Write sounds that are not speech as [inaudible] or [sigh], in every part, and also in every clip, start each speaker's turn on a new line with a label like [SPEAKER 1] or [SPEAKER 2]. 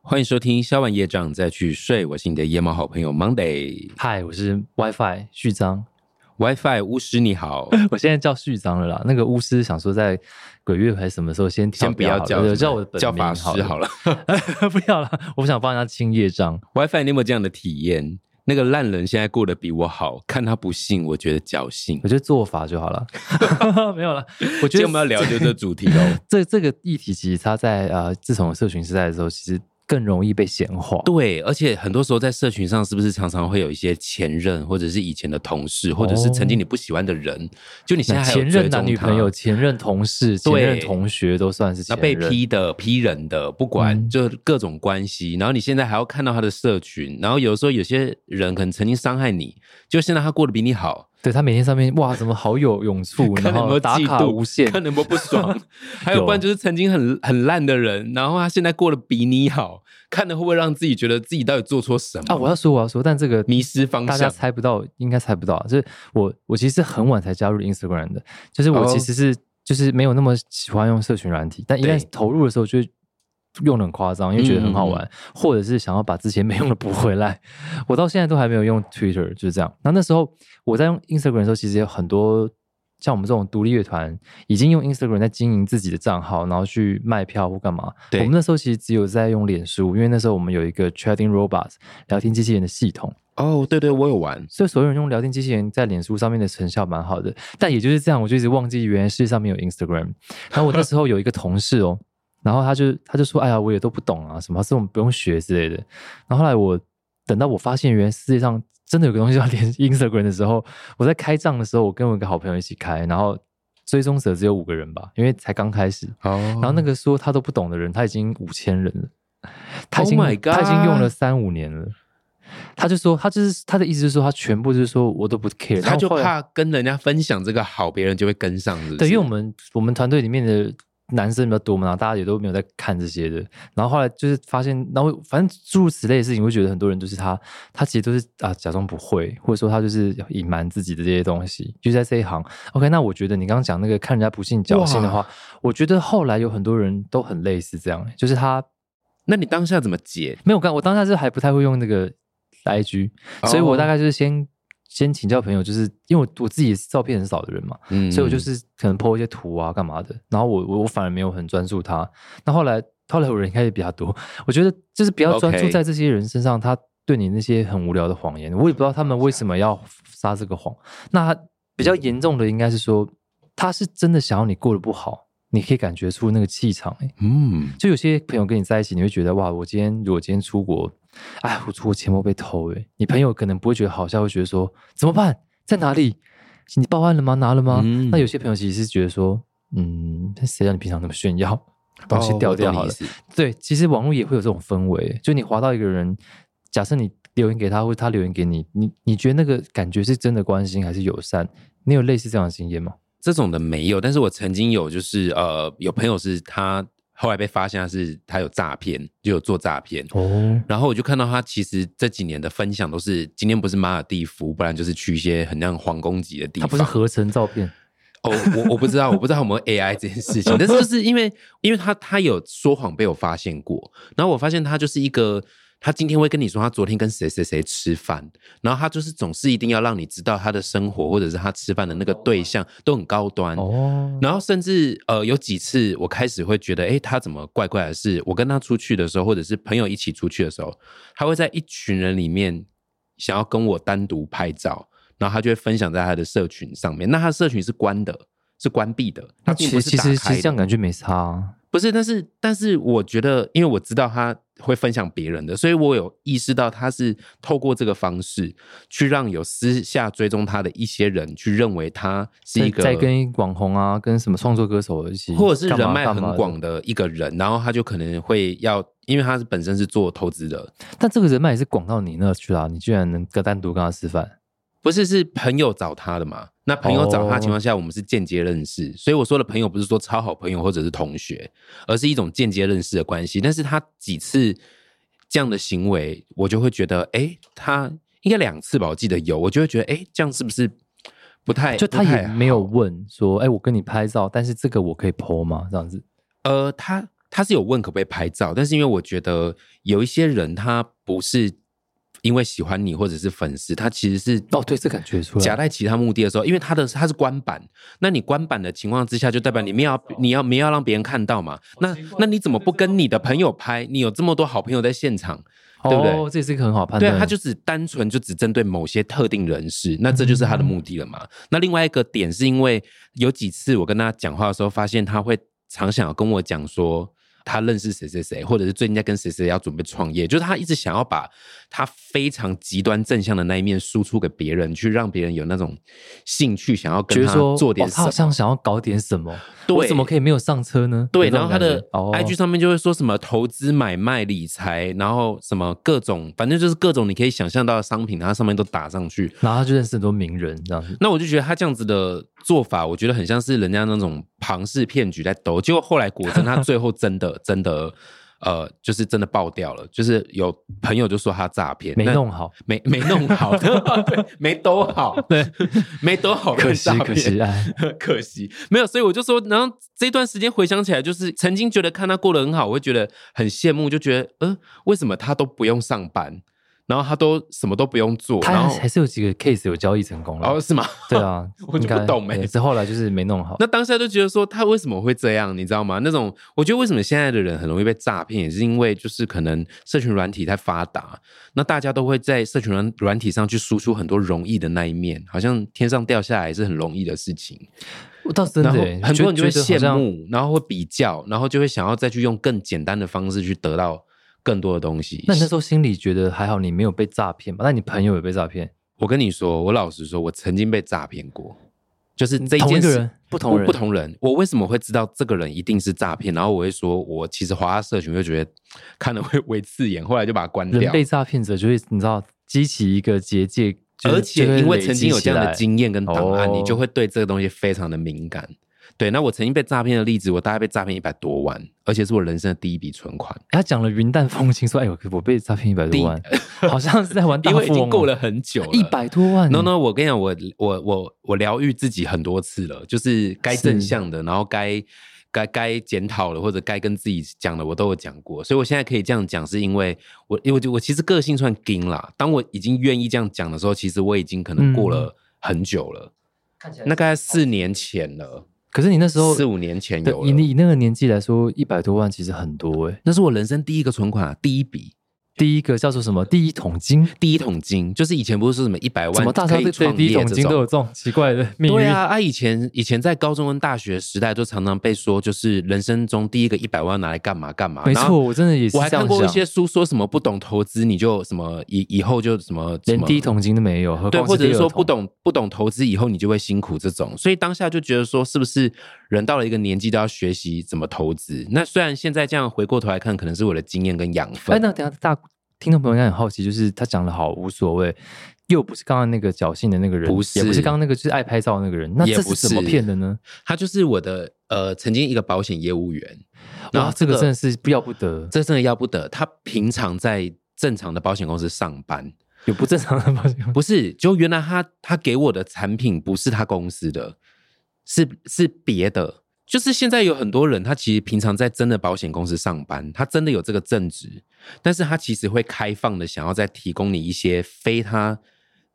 [SPEAKER 1] 欢迎收听《消完业障再去睡》，我是你的夜猫好朋友 Monday
[SPEAKER 2] 嗨，我是 WiFi 序章，
[SPEAKER 1] WiFi 巫师，你
[SPEAKER 2] [laughs]
[SPEAKER 1] 好。
[SPEAKER 2] 我现在叫序章了啦。那个巫师想说在鬼月还是什么时候先
[SPEAKER 1] 先
[SPEAKER 2] 跳
[SPEAKER 1] 不
[SPEAKER 2] 掉
[SPEAKER 1] 要
[SPEAKER 2] 好
[SPEAKER 1] 叫
[SPEAKER 2] 了
[SPEAKER 1] 什
[SPEAKER 2] 对
[SPEAKER 1] 么
[SPEAKER 2] 叫我的本
[SPEAKER 1] 叫
[SPEAKER 2] 名
[SPEAKER 1] 法师好
[SPEAKER 2] 好
[SPEAKER 1] 了。
[SPEAKER 2] 了， [laughs] 不要了，我不想帮人家清业障。
[SPEAKER 1] WiFi，你有没有这样的体验？那个烂人现在过得比我好，看他不信，我觉得侥幸
[SPEAKER 2] 我。觉得做法就好了， [laughs] 没有了。我觉
[SPEAKER 1] 今
[SPEAKER 2] 得
[SPEAKER 1] 天我们要聊就这主题
[SPEAKER 2] [laughs]
[SPEAKER 1] 哦。
[SPEAKER 2] 这这个议题，其实它在呃，自从社群时代的时候，其实更容易被显化。
[SPEAKER 1] 对，而且很多时候在社群上，是不是常常会有一些前任，或者是以前的同事，或者是曾经你不喜欢的人，就你现在还有
[SPEAKER 2] 前任
[SPEAKER 1] 追踪
[SPEAKER 2] 男女
[SPEAKER 1] 他
[SPEAKER 2] 朋友、前任同事、前
[SPEAKER 1] 对
[SPEAKER 2] 任同学都算是
[SPEAKER 1] 那
[SPEAKER 2] 前
[SPEAKER 1] 被
[SPEAKER 2] 任
[SPEAKER 1] 批的、批人的，不管、
[SPEAKER 2] 嗯
[SPEAKER 1] 就各种关系，然后你现在还要看到他的社群，然后有时候有些人可能曾经伤害你，就现在他过得比你好，
[SPEAKER 2] 对他每天上面哇，怎么好
[SPEAKER 1] [laughs]
[SPEAKER 2] 有用处，
[SPEAKER 1] 看
[SPEAKER 2] 然
[SPEAKER 1] 能不
[SPEAKER 2] 后
[SPEAKER 1] 能
[SPEAKER 2] 打
[SPEAKER 1] 嫉
[SPEAKER 2] 卡
[SPEAKER 1] 妒，
[SPEAKER 2] 无限，
[SPEAKER 1] 看能不能不
[SPEAKER 2] [laughs]
[SPEAKER 1] 爽。还有
[SPEAKER 2] 有
[SPEAKER 1] 不然就是曾经很很烂的人，然后他现在过得比你好，看了会不会让自己觉得自己到底做错什么
[SPEAKER 2] 啊，我要说，我要说，但这个
[SPEAKER 1] 迷失方
[SPEAKER 2] 大家
[SPEAKER 1] 向？
[SPEAKER 2] 猜不到，应该猜不到啊。就是我，我其实很晚才加入 Instagram 的，就是我
[SPEAKER 1] 哦
[SPEAKER 2] 其实是、就是没有那么喜欢用社群软体，但一
[SPEAKER 1] 对
[SPEAKER 2] 旦
[SPEAKER 1] 嗯
[SPEAKER 2] 投入的时候就会用的很夸张，因为觉得很好玩，或者是想要把之前没用的补回来。我到现在都还没有用 Twitter，就是这样。那那时候我在用 Instagram 的时候，其实有很多。像我们这种独立乐团，已经用 Instagram 在经营自己的账号，然后去卖票或干嘛。
[SPEAKER 1] 对
[SPEAKER 2] 我们那时候其实只有在用脸书，因为那时候我们有一个 Chatting Robots 聊天机器人的系统。
[SPEAKER 1] 哦，对对，我有玩。
[SPEAKER 2] 所以所有人用聊天机器人在脸书上面的成效蛮好的，但也就是这样，我就一直忘记原来世界上面有 Instagram。然后我那时候有一个同事哦，然后他就他就说：“哎呀，我也都不懂啊，什么这种不用学之类的。”然后后来我等到我发现原来世界上真的有个东西叫连 [laughs] Instagram 的时候，我在开账的时候，我跟我一个好朋友一起开，然后追踪者只有五个人吧，因为才刚开始。
[SPEAKER 1] 哦，然
[SPEAKER 2] 然后那个说他都不懂的人，他已经五千人了，他已
[SPEAKER 1] Oh
[SPEAKER 2] 经、
[SPEAKER 1] my
[SPEAKER 2] 他已经用
[SPEAKER 1] God
[SPEAKER 2] 了三五年了。他就说，他就是他的意思就是说，他全部就是说我都不 care，然
[SPEAKER 1] 他
[SPEAKER 2] 后
[SPEAKER 1] 就
[SPEAKER 2] 后来
[SPEAKER 1] 怕跟人家分享这个好，别人就会跟上，是不是
[SPEAKER 2] 对，因为我们我们团队里面的男生比较多嘛，然后大家也都没有在看这些的。然后后来就是发现，然后反正诸如此类的事情，我会觉得很多人就是他，他其实都是啊假装不会，或者说他就是隐瞒自己的这些东西，就在这一行。OK，那我觉得你刚刚讲那个看人家不信侥幸的话，我觉得后来有很多人都很类似这样，就是他
[SPEAKER 1] 那你当下怎么解？
[SPEAKER 2] 没有干，我当下是还不太会用那个 IG，、所以我大
[SPEAKER 1] 概
[SPEAKER 2] 概就是先先请教朋友，就是因为我我自己也是照片很少的人嘛，
[SPEAKER 1] 嗯
[SPEAKER 2] 所以我就是可能 po 一些图啊干嘛的，然后我我我反而没有很专注他。那后来后来我人应该也比较多，我觉得就是不要专
[SPEAKER 1] OK
[SPEAKER 2] 注在这些人身上，他对你那些很无聊的谎言，我也不知道他们为什么要撒这个谎。那比
[SPEAKER 1] 嗯
[SPEAKER 2] 较严重的应该是说，他是真的想要你过得不好，你可以感觉出那个气场、欸，
[SPEAKER 1] 嗯，
[SPEAKER 2] 就有些朋友跟你在一起，你会觉得哇，我今天如果今天出国，哎，我出国钱包被偷哎、你朋友可能不会觉得好笑，会觉得说怎么办，在哪里？你报案了吗？拿了吗？
[SPEAKER 1] 嗯
[SPEAKER 2] 那有些朋友其实是觉得说，嗯，谁让你平常那么炫耀，东西
[SPEAKER 1] 哦
[SPEAKER 2] 掉
[SPEAKER 1] 我
[SPEAKER 2] 掉
[SPEAKER 1] 懂你
[SPEAKER 2] 好了
[SPEAKER 1] 意。思
[SPEAKER 2] 对，其实网络也会有这种氛围，就你滑到一个人，假设你留言给他，或者他留言给你，你你觉得那个感觉是真的关心还是友善？你有类似这样的经验吗？
[SPEAKER 1] 这种的没有，但是我曾经有，就是呃，有朋友是他后来被发现他是他有诈骗，就有做诈骗。
[SPEAKER 2] 哦，
[SPEAKER 1] 然后我就看到他其实这几年的分享都是，今天不是马尔蒂夫，不然就是去一些很像皇宫级的地
[SPEAKER 2] 他
[SPEAKER 1] 方。
[SPEAKER 2] 不是合成照片，
[SPEAKER 1] 哦，我我不知道，我不知道有没有 AI 这件事情，但是就是因为因为他他有说谎被我发现过，然后我发现他就是一个，他今天会跟你说他昨天跟谁谁谁吃饭，然后他就是总是一定要让你知道他的生活或者是他吃饭的那个对象都很高端，
[SPEAKER 2] 哦，
[SPEAKER 1] 然后甚至呃有几次我开始会觉得，哎，他怎么怪怪的是？我跟他出去的时候，或者是朋友一起出去的时候，他会在一群人里面想要跟我单独拍照，然后他就会分享在他的社群上面。那他的社群是关的，是关闭的，他
[SPEAKER 2] 那
[SPEAKER 1] 并
[SPEAKER 2] 其
[SPEAKER 1] 不是
[SPEAKER 2] 实其
[SPEAKER 1] 打
[SPEAKER 2] 实其
[SPEAKER 1] 开
[SPEAKER 2] 实这
[SPEAKER 1] 的。
[SPEAKER 2] 样感觉没差、啊。
[SPEAKER 1] 不是，但是但是我觉得，因为我知道他会分享别人的，所以我有意识到他是透过这个方式去让有私下追踪他的一些人去认为他是一个
[SPEAKER 2] 在跟网红啊，跟什么创作歌手一起，
[SPEAKER 1] 或者是人脉很
[SPEAKER 2] 干嘛干嘛的
[SPEAKER 1] 广的一个人，然后他就可能会要，因为他是本身是做投资的，
[SPEAKER 2] 但这个人脉也是广到你那去啦、你居然能跟单独跟他吃饭，
[SPEAKER 1] 不是是朋友找他的嘛？那朋友找他的
[SPEAKER 2] 哦
[SPEAKER 1] 情况下，我们是间接认识，所以我说的朋友不是说超好朋友或者是同学，而是一种间接认识的关系。但是他几次这样的行为，我就会觉得，哎、他应该两次吧，我记得有，我就会觉得，哎、这样是不是不太
[SPEAKER 2] 就他
[SPEAKER 1] 哎不太
[SPEAKER 2] 也没有
[SPEAKER 1] 好
[SPEAKER 2] 问说，哎、我跟你拍照，但是这个我可以 PO 吗？这样子，
[SPEAKER 1] 呃，他他是有问可不可以拍照，但是因为我觉得有一些人他不是因为喜欢你或者是粉丝，他其实是
[SPEAKER 2] 哦，对，这感觉出来
[SPEAKER 1] 夹带其他目的的时候，因为他的他是官版，那你官版的情况之下，就代表你没有要你要没有要让别人看到嘛？那那你怎么不跟你的朋友拍？你有这么多好朋友在现场，对不对
[SPEAKER 2] 哦，这也是一个很好判
[SPEAKER 1] 对
[SPEAKER 2] 断。
[SPEAKER 1] 啊，他就只单纯就只针对某些特定人士，那这就是他的目的了嘛。
[SPEAKER 2] 嗯
[SPEAKER 1] 那另外一个点是因为有几次我跟他讲话的时候，发现他会常想要跟我讲说。他认识谁谁谁，或者是最近在跟谁谁要准备创业，就是他一直想要把他非常极端正向的那一面输出给别人，去让别人有那种兴趣，想要
[SPEAKER 2] 觉
[SPEAKER 1] 跟
[SPEAKER 2] 得
[SPEAKER 1] 他
[SPEAKER 2] 说
[SPEAKER 1] 做点
[SPEAKER 2] 哦
[SPEAKER 1] 什
[SPEAKER 2] 他好
[SPEAKER 1] 么。
[SPEAKER 2] 像想要搞点什么，
[SPEAKER 1] 对
[SPEAKER 2] 我怎么可以没有上车呢？
[SPEAKER 1] 对，
[SPEAKER 2] 有这
[SPEAKER 1] 然后
[SPEAKER 2] 种
[SPEAKER 1] 他的
[SPEAKER 2] 感觉哦
[SPEAKER 1] IG 上面就会说什么投资、买卖、理财，然后什么各种，反正就是各种你可以想象到的商品，它上面都打上去。
[SPEAKER 2] 然后他就认识很多名人这样子。
[SPEAKER 1] 那我就觉得他这样子的做法，我觉得很像是人家那种庞氏骗局在抖。结果后来果
[SPEAKER 2] [laughs]
[SPEAKER 1] 真，他最后真的真的呃，就是真的爆掉了。就是有朋友就说他诈骗，
[SPEAKER 2] 没
[SPEAKER 1] 那
[SPEAKER 2] 弄好，
[SPEAKER 1] 没没弄好，
[SPEAKER 2] [laughs]
[SPEAKER 1] 对，没抖好，对，没抖好，
[SPEAKER 2] 可惜
[SPEAKER 1] 跟诈
[SPEAKER 2] 可
[SPEAKER 1] 骗
[SPEAKER 2] 惜，哎，
[SPEAKER 1] [laughs] 可惜没有，所以我就说，然后这段时间回想起来，就是曾经觉得看他过得很好，我会觉得很羡慕，就觉得，嗯，为什么他都不用上班，然后他都什么都不用做，然
[SPEAKER 2] 他
[SPEAKER 1] 后
[SPEAKER 2] 还是有几个 case 有交易成功了
[SPEAKER 1] 哦。是吗？ [laughs]
[SPEAKER 2] [laughs] 对啊，
[SPEAKER 1] 我就
[SPEAKER 2] 应该
[SPEAKER 1] 不懂欸
[SPEAKER 2] 对是后来就是没弄好。
[SPEAKER 1] 那当下就觉得说他为什么会这样，你知道吗？那种我觉得为什么现在的人很容易被诈骗，也是因为就是可能社群软体太发达，那大家都会在社群软软体上去输出很多容易的那一面，好像天上掉下来是很容易的事情。
[SPEAKER 2] 我倒是真的
[SPEAKER 1] 然后
[SPEAKER 2] 欸，
[SPEAKER 1] 很多人就会
[SPEAKER 2] 觉得好
[SPEAKER 1] 羡
[SPEAKER 2] 像
[SPEAKER 1] 慕，然后会比较，然后就会想要再去用更简单的方式去得到更多的东西。
[SPEAKER 2] 那你那时候心里觉得还好，你没有被诈骗吧？那你朋友也被诈骗？
[SPEAKER 1] 我跟你说，我老实说，我曾经被诈骗过，就是这一
[SPEAKER 2] 嗯同一
[SPEAKER 1] 件
[SPEAKER 2] 个
[SPEAKER 1] 事
[SPEAKER 2] 人，不同人，
[SPEAKER 1] 不。同人，我为什么会知道这个人一定是诈骗？然后我会说，我其实华社群会觉得 [laughs] 看了会为刺眼，后来就把它关
[SPEAKER 2] 人
[SPEAKER 1] 掉。
[SPEAKER 2] 被诈骗者就会你知道激起一个结界，就是
[SPEAKER 1] 而且
[SPEAKER 2] 就会
[SPEAKER 1] 因为
[SPEAKER 2] 累积
[SPEAKER 1] 曾经有这样
[SPEAKER 2] 起
[SPEAKER 1] 的
[SPEAKER 2] 来
[SPEAKER 1] 经验跟档案，
[SPEAKER 2] 哦
[SPEAKER 1] 你就会对这个东西非常的敏感。对，那我曾经被诈骗的例子，我大概被诈骗一百多万，而且是我人生的第一笔存款。
[SPEAKER 2] 他讲了云淡风轻，说：“哎，我我被诈骗一百多
[SPEAKER 1] [laughs]
[SPEAKER 2] 万，好像是在玩大
[SPEAKER 1] 因
[SPEAKER 2] 富
[SPEAKER 1] 为
[SPEAKER 2] 翁
[SPEAKER 1] 已
[SPEAKER 2] 哦，
[SPEAKER 1] 经过了很久了，
[SPEAKER 2] 一百多万。欸
[SPEAKER 1] No no，我跟你讲，我我我我疗愈自己很多次了，就是该正向的，然后该该该检讨的，或者该跟自己讲的，我都有讲过。所以我现在可以这样讲，是因为我因为我就我其实个性算硬啦。当我已经愿意这样讲的时候，其实我已经可能过
[SPEAKER 2] 嗯
[SPEAKER 1] 了很久了，那大概四年前了，
[SPEAKER 2] 可是你那时候
[SPEAKER 1] 四五年前
[SPEAKER 2] 对
[SPEAKER 1] 有
[SPEAKER 2] 以你
[SPEAKER 1] 了。
[SPEAKER 2] 以那个年纪来说，一百多万其实很多哎。
[SPEAKER 1] 那是我人生第一个存款、啊，第一笔，
[SPEAKER 2] 第一个叫做什么？第一桶金，
[SPEAKER 1] 第一桶金，就是以前不是说什么一百万
[SPEAKER 2] 怎么大家
[SPEAKER 1] 可以
[SPEAKER 2] 对对
[SPEAKER 1] 创
[SPEAKER 2] 第一
[SPEAKER 1] 业
[SPEAKER 2] 桶
[SPEAKER 1] 这
[SPEAKER 2] 金
[SPEAKER 1] 种
[SPEAKER 2] 都有这种奇怪的命
[SPEAKER 1] 对
[SPEAKER 2] 运？
[SPEAKER 1] 啊，啊，以前以前在高中跟大学时代，就常常被说，就是人生中第一个一百万拿来干嘛干嘛。
[SPEAKER 2] 没
[SPEAKER 1] 然后
[SPEAKER 2] 啊错，我真的也是
[SPEAKER 1] 我还
[SPEAKER 2] 这
[SPEAKER 1] 看
[SPEAKER 2] 样
[SPEAKER 1] 过一些
[SPEAKER 2] 想，
[SPEAKER 1] 书，说什么不懂投资，你就什么以以后就什么什
[SPEAKER 2] 连
[SPEAKER 1] 么
[SPEAKER 2] 第一桶金都没有，何
[SPEAKER 1] 对，
[SPEAKER 2] 况
[SPEAKER 1] 或者
[SPEAKER 2] 第
[SPEAKER 1] 是
[SPEAKER 2] 二
[SPEAKER 1] 说
[SPEAKER 2] 桶
[SPEAKER 1] 不懂不懂投资，以后你就会辛苦这种。所以当下就觉得说，是不是人到了一个年纪都要学习怎么投资？那虽然现在这样回过头来看，可能是我的经验跟养
[SPEAKER 2] 哎，
[SPEAKER 1] 分。
[SPEAKER 2] 那等一下大听众朋友应该很好奇，就是他讲的好无所谓，又不是刚刚那个侥幸的那个人，
[SPEAKER 1] 不是
[SPEAKER 2] 也不是刚刚那个就是爱拍照的那个人，那
[SPEAKER 1] 也
[SPEAKER 2] 这
[SPEAKER 1] 不
[SPEAKER 2] 是怎么
[SPEAKER 1] 是
[SPEAKER 2] 骗的呢？
[SPEAKER 1] 他就是我的呃，曾经一个保险业务员，然
[SPEAKER 2] 哇，
[SPEAKER 1] 后
[SPEAKER 2] 这个真的是不要不得，
[SPEAKER 1] 这真的要不得。他平常在正常的保险公司上班，
[SPEAKER 2] 有不正常的保险吗。
[SPEAKER 1] 不是，就原来他他给我的产品不是他公司的，是是别的。就是现在有很多人，他其实平常在真的保险公司上班，他真的有这个正职，但是他其实会开放的想要再提供你一些非他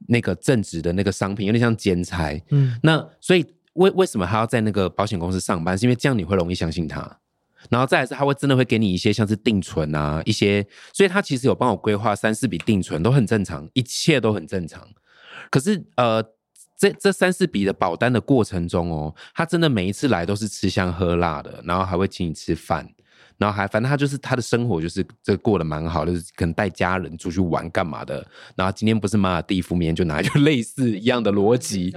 [SPEAKER 1] 那个正职的那个商品，有点像兼差。
[SPEAKER 2] 嗯，
[SPEAKER 1] 那所以为为什么他要在那个保险公司上班？是因为这样你会容易相信他，然后再来是他会真的会给你一些像是定存啊，一些，所以他其实有帮我规划三四笔定存，都很正常，一切都很正常。可是呃，这这三四笔的保单的过程中哦，他真的每一次来都是吃香喝辣的，然后还会请你吃饭。然后还反正他就是他的生活就是这过得蛮好，就是可能带家人出去玩干嘛的。然后今天不是马尔蒂夫，明天就拿，就类似一样的逻辑。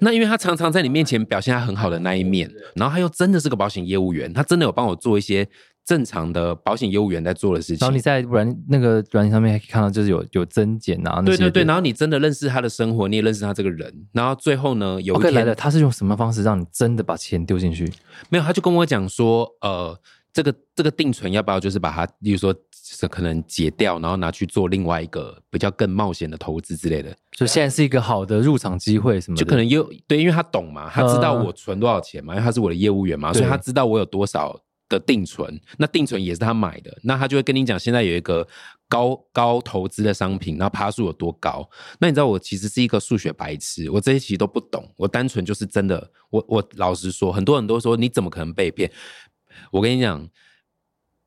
[SPEAKER 1] 那因为他常常在你面前表现他很好的那一面，然后他又真的是个保险业务员，他真的有帮我做一些正常的保险业务员在做的事情
[SPEAKER 2] 然后。你在软那个软件上面还可以看到，就是有有增减啊，那
[SPEAKER 1] 对
[SPEAKER 2] 些
[SPEAKER 1] 对对，
[SPEAKER 2] 的。
[SPEAKER 1] 然后你真的认识他的生活，你也认识他这个人，然后最后呢，有一
[SPEAKER 2] OK
[SPEAKER 1] 天
[SPEAKER 2] 哦来了，他是用什么方式让你真的把钱丢进去？
[SPEAKER 1] 没有，他就跟我讲说，呃，这个这个定存要不要就是把它，例如说是可能解掉，然后拿去做另外一个比较更冒险的投资之类的，
[SPEAKER 2] 就现在是一个好的入场机会什么的，
[SPEAKER 1] 就可能又对，因为他懂嘛，他知道
[SPEAKER 2] 嗯
[SPEAKER 1] 我存多少钱嘛，因为他是我的业务员嘛，所以
[SPEAKER 2] 对
[SPEAKER 1] 他知道我有多少个定存，那定存也是他买的，那他就会跟你讲现在有一个高高投资的商品，然后趴数有多高。那你知道我其实是一个数学白痴，我这些其实都不懂，我单纯就是真的，我我老实说，很多人都说你怎么可能被骗？我跟你讲。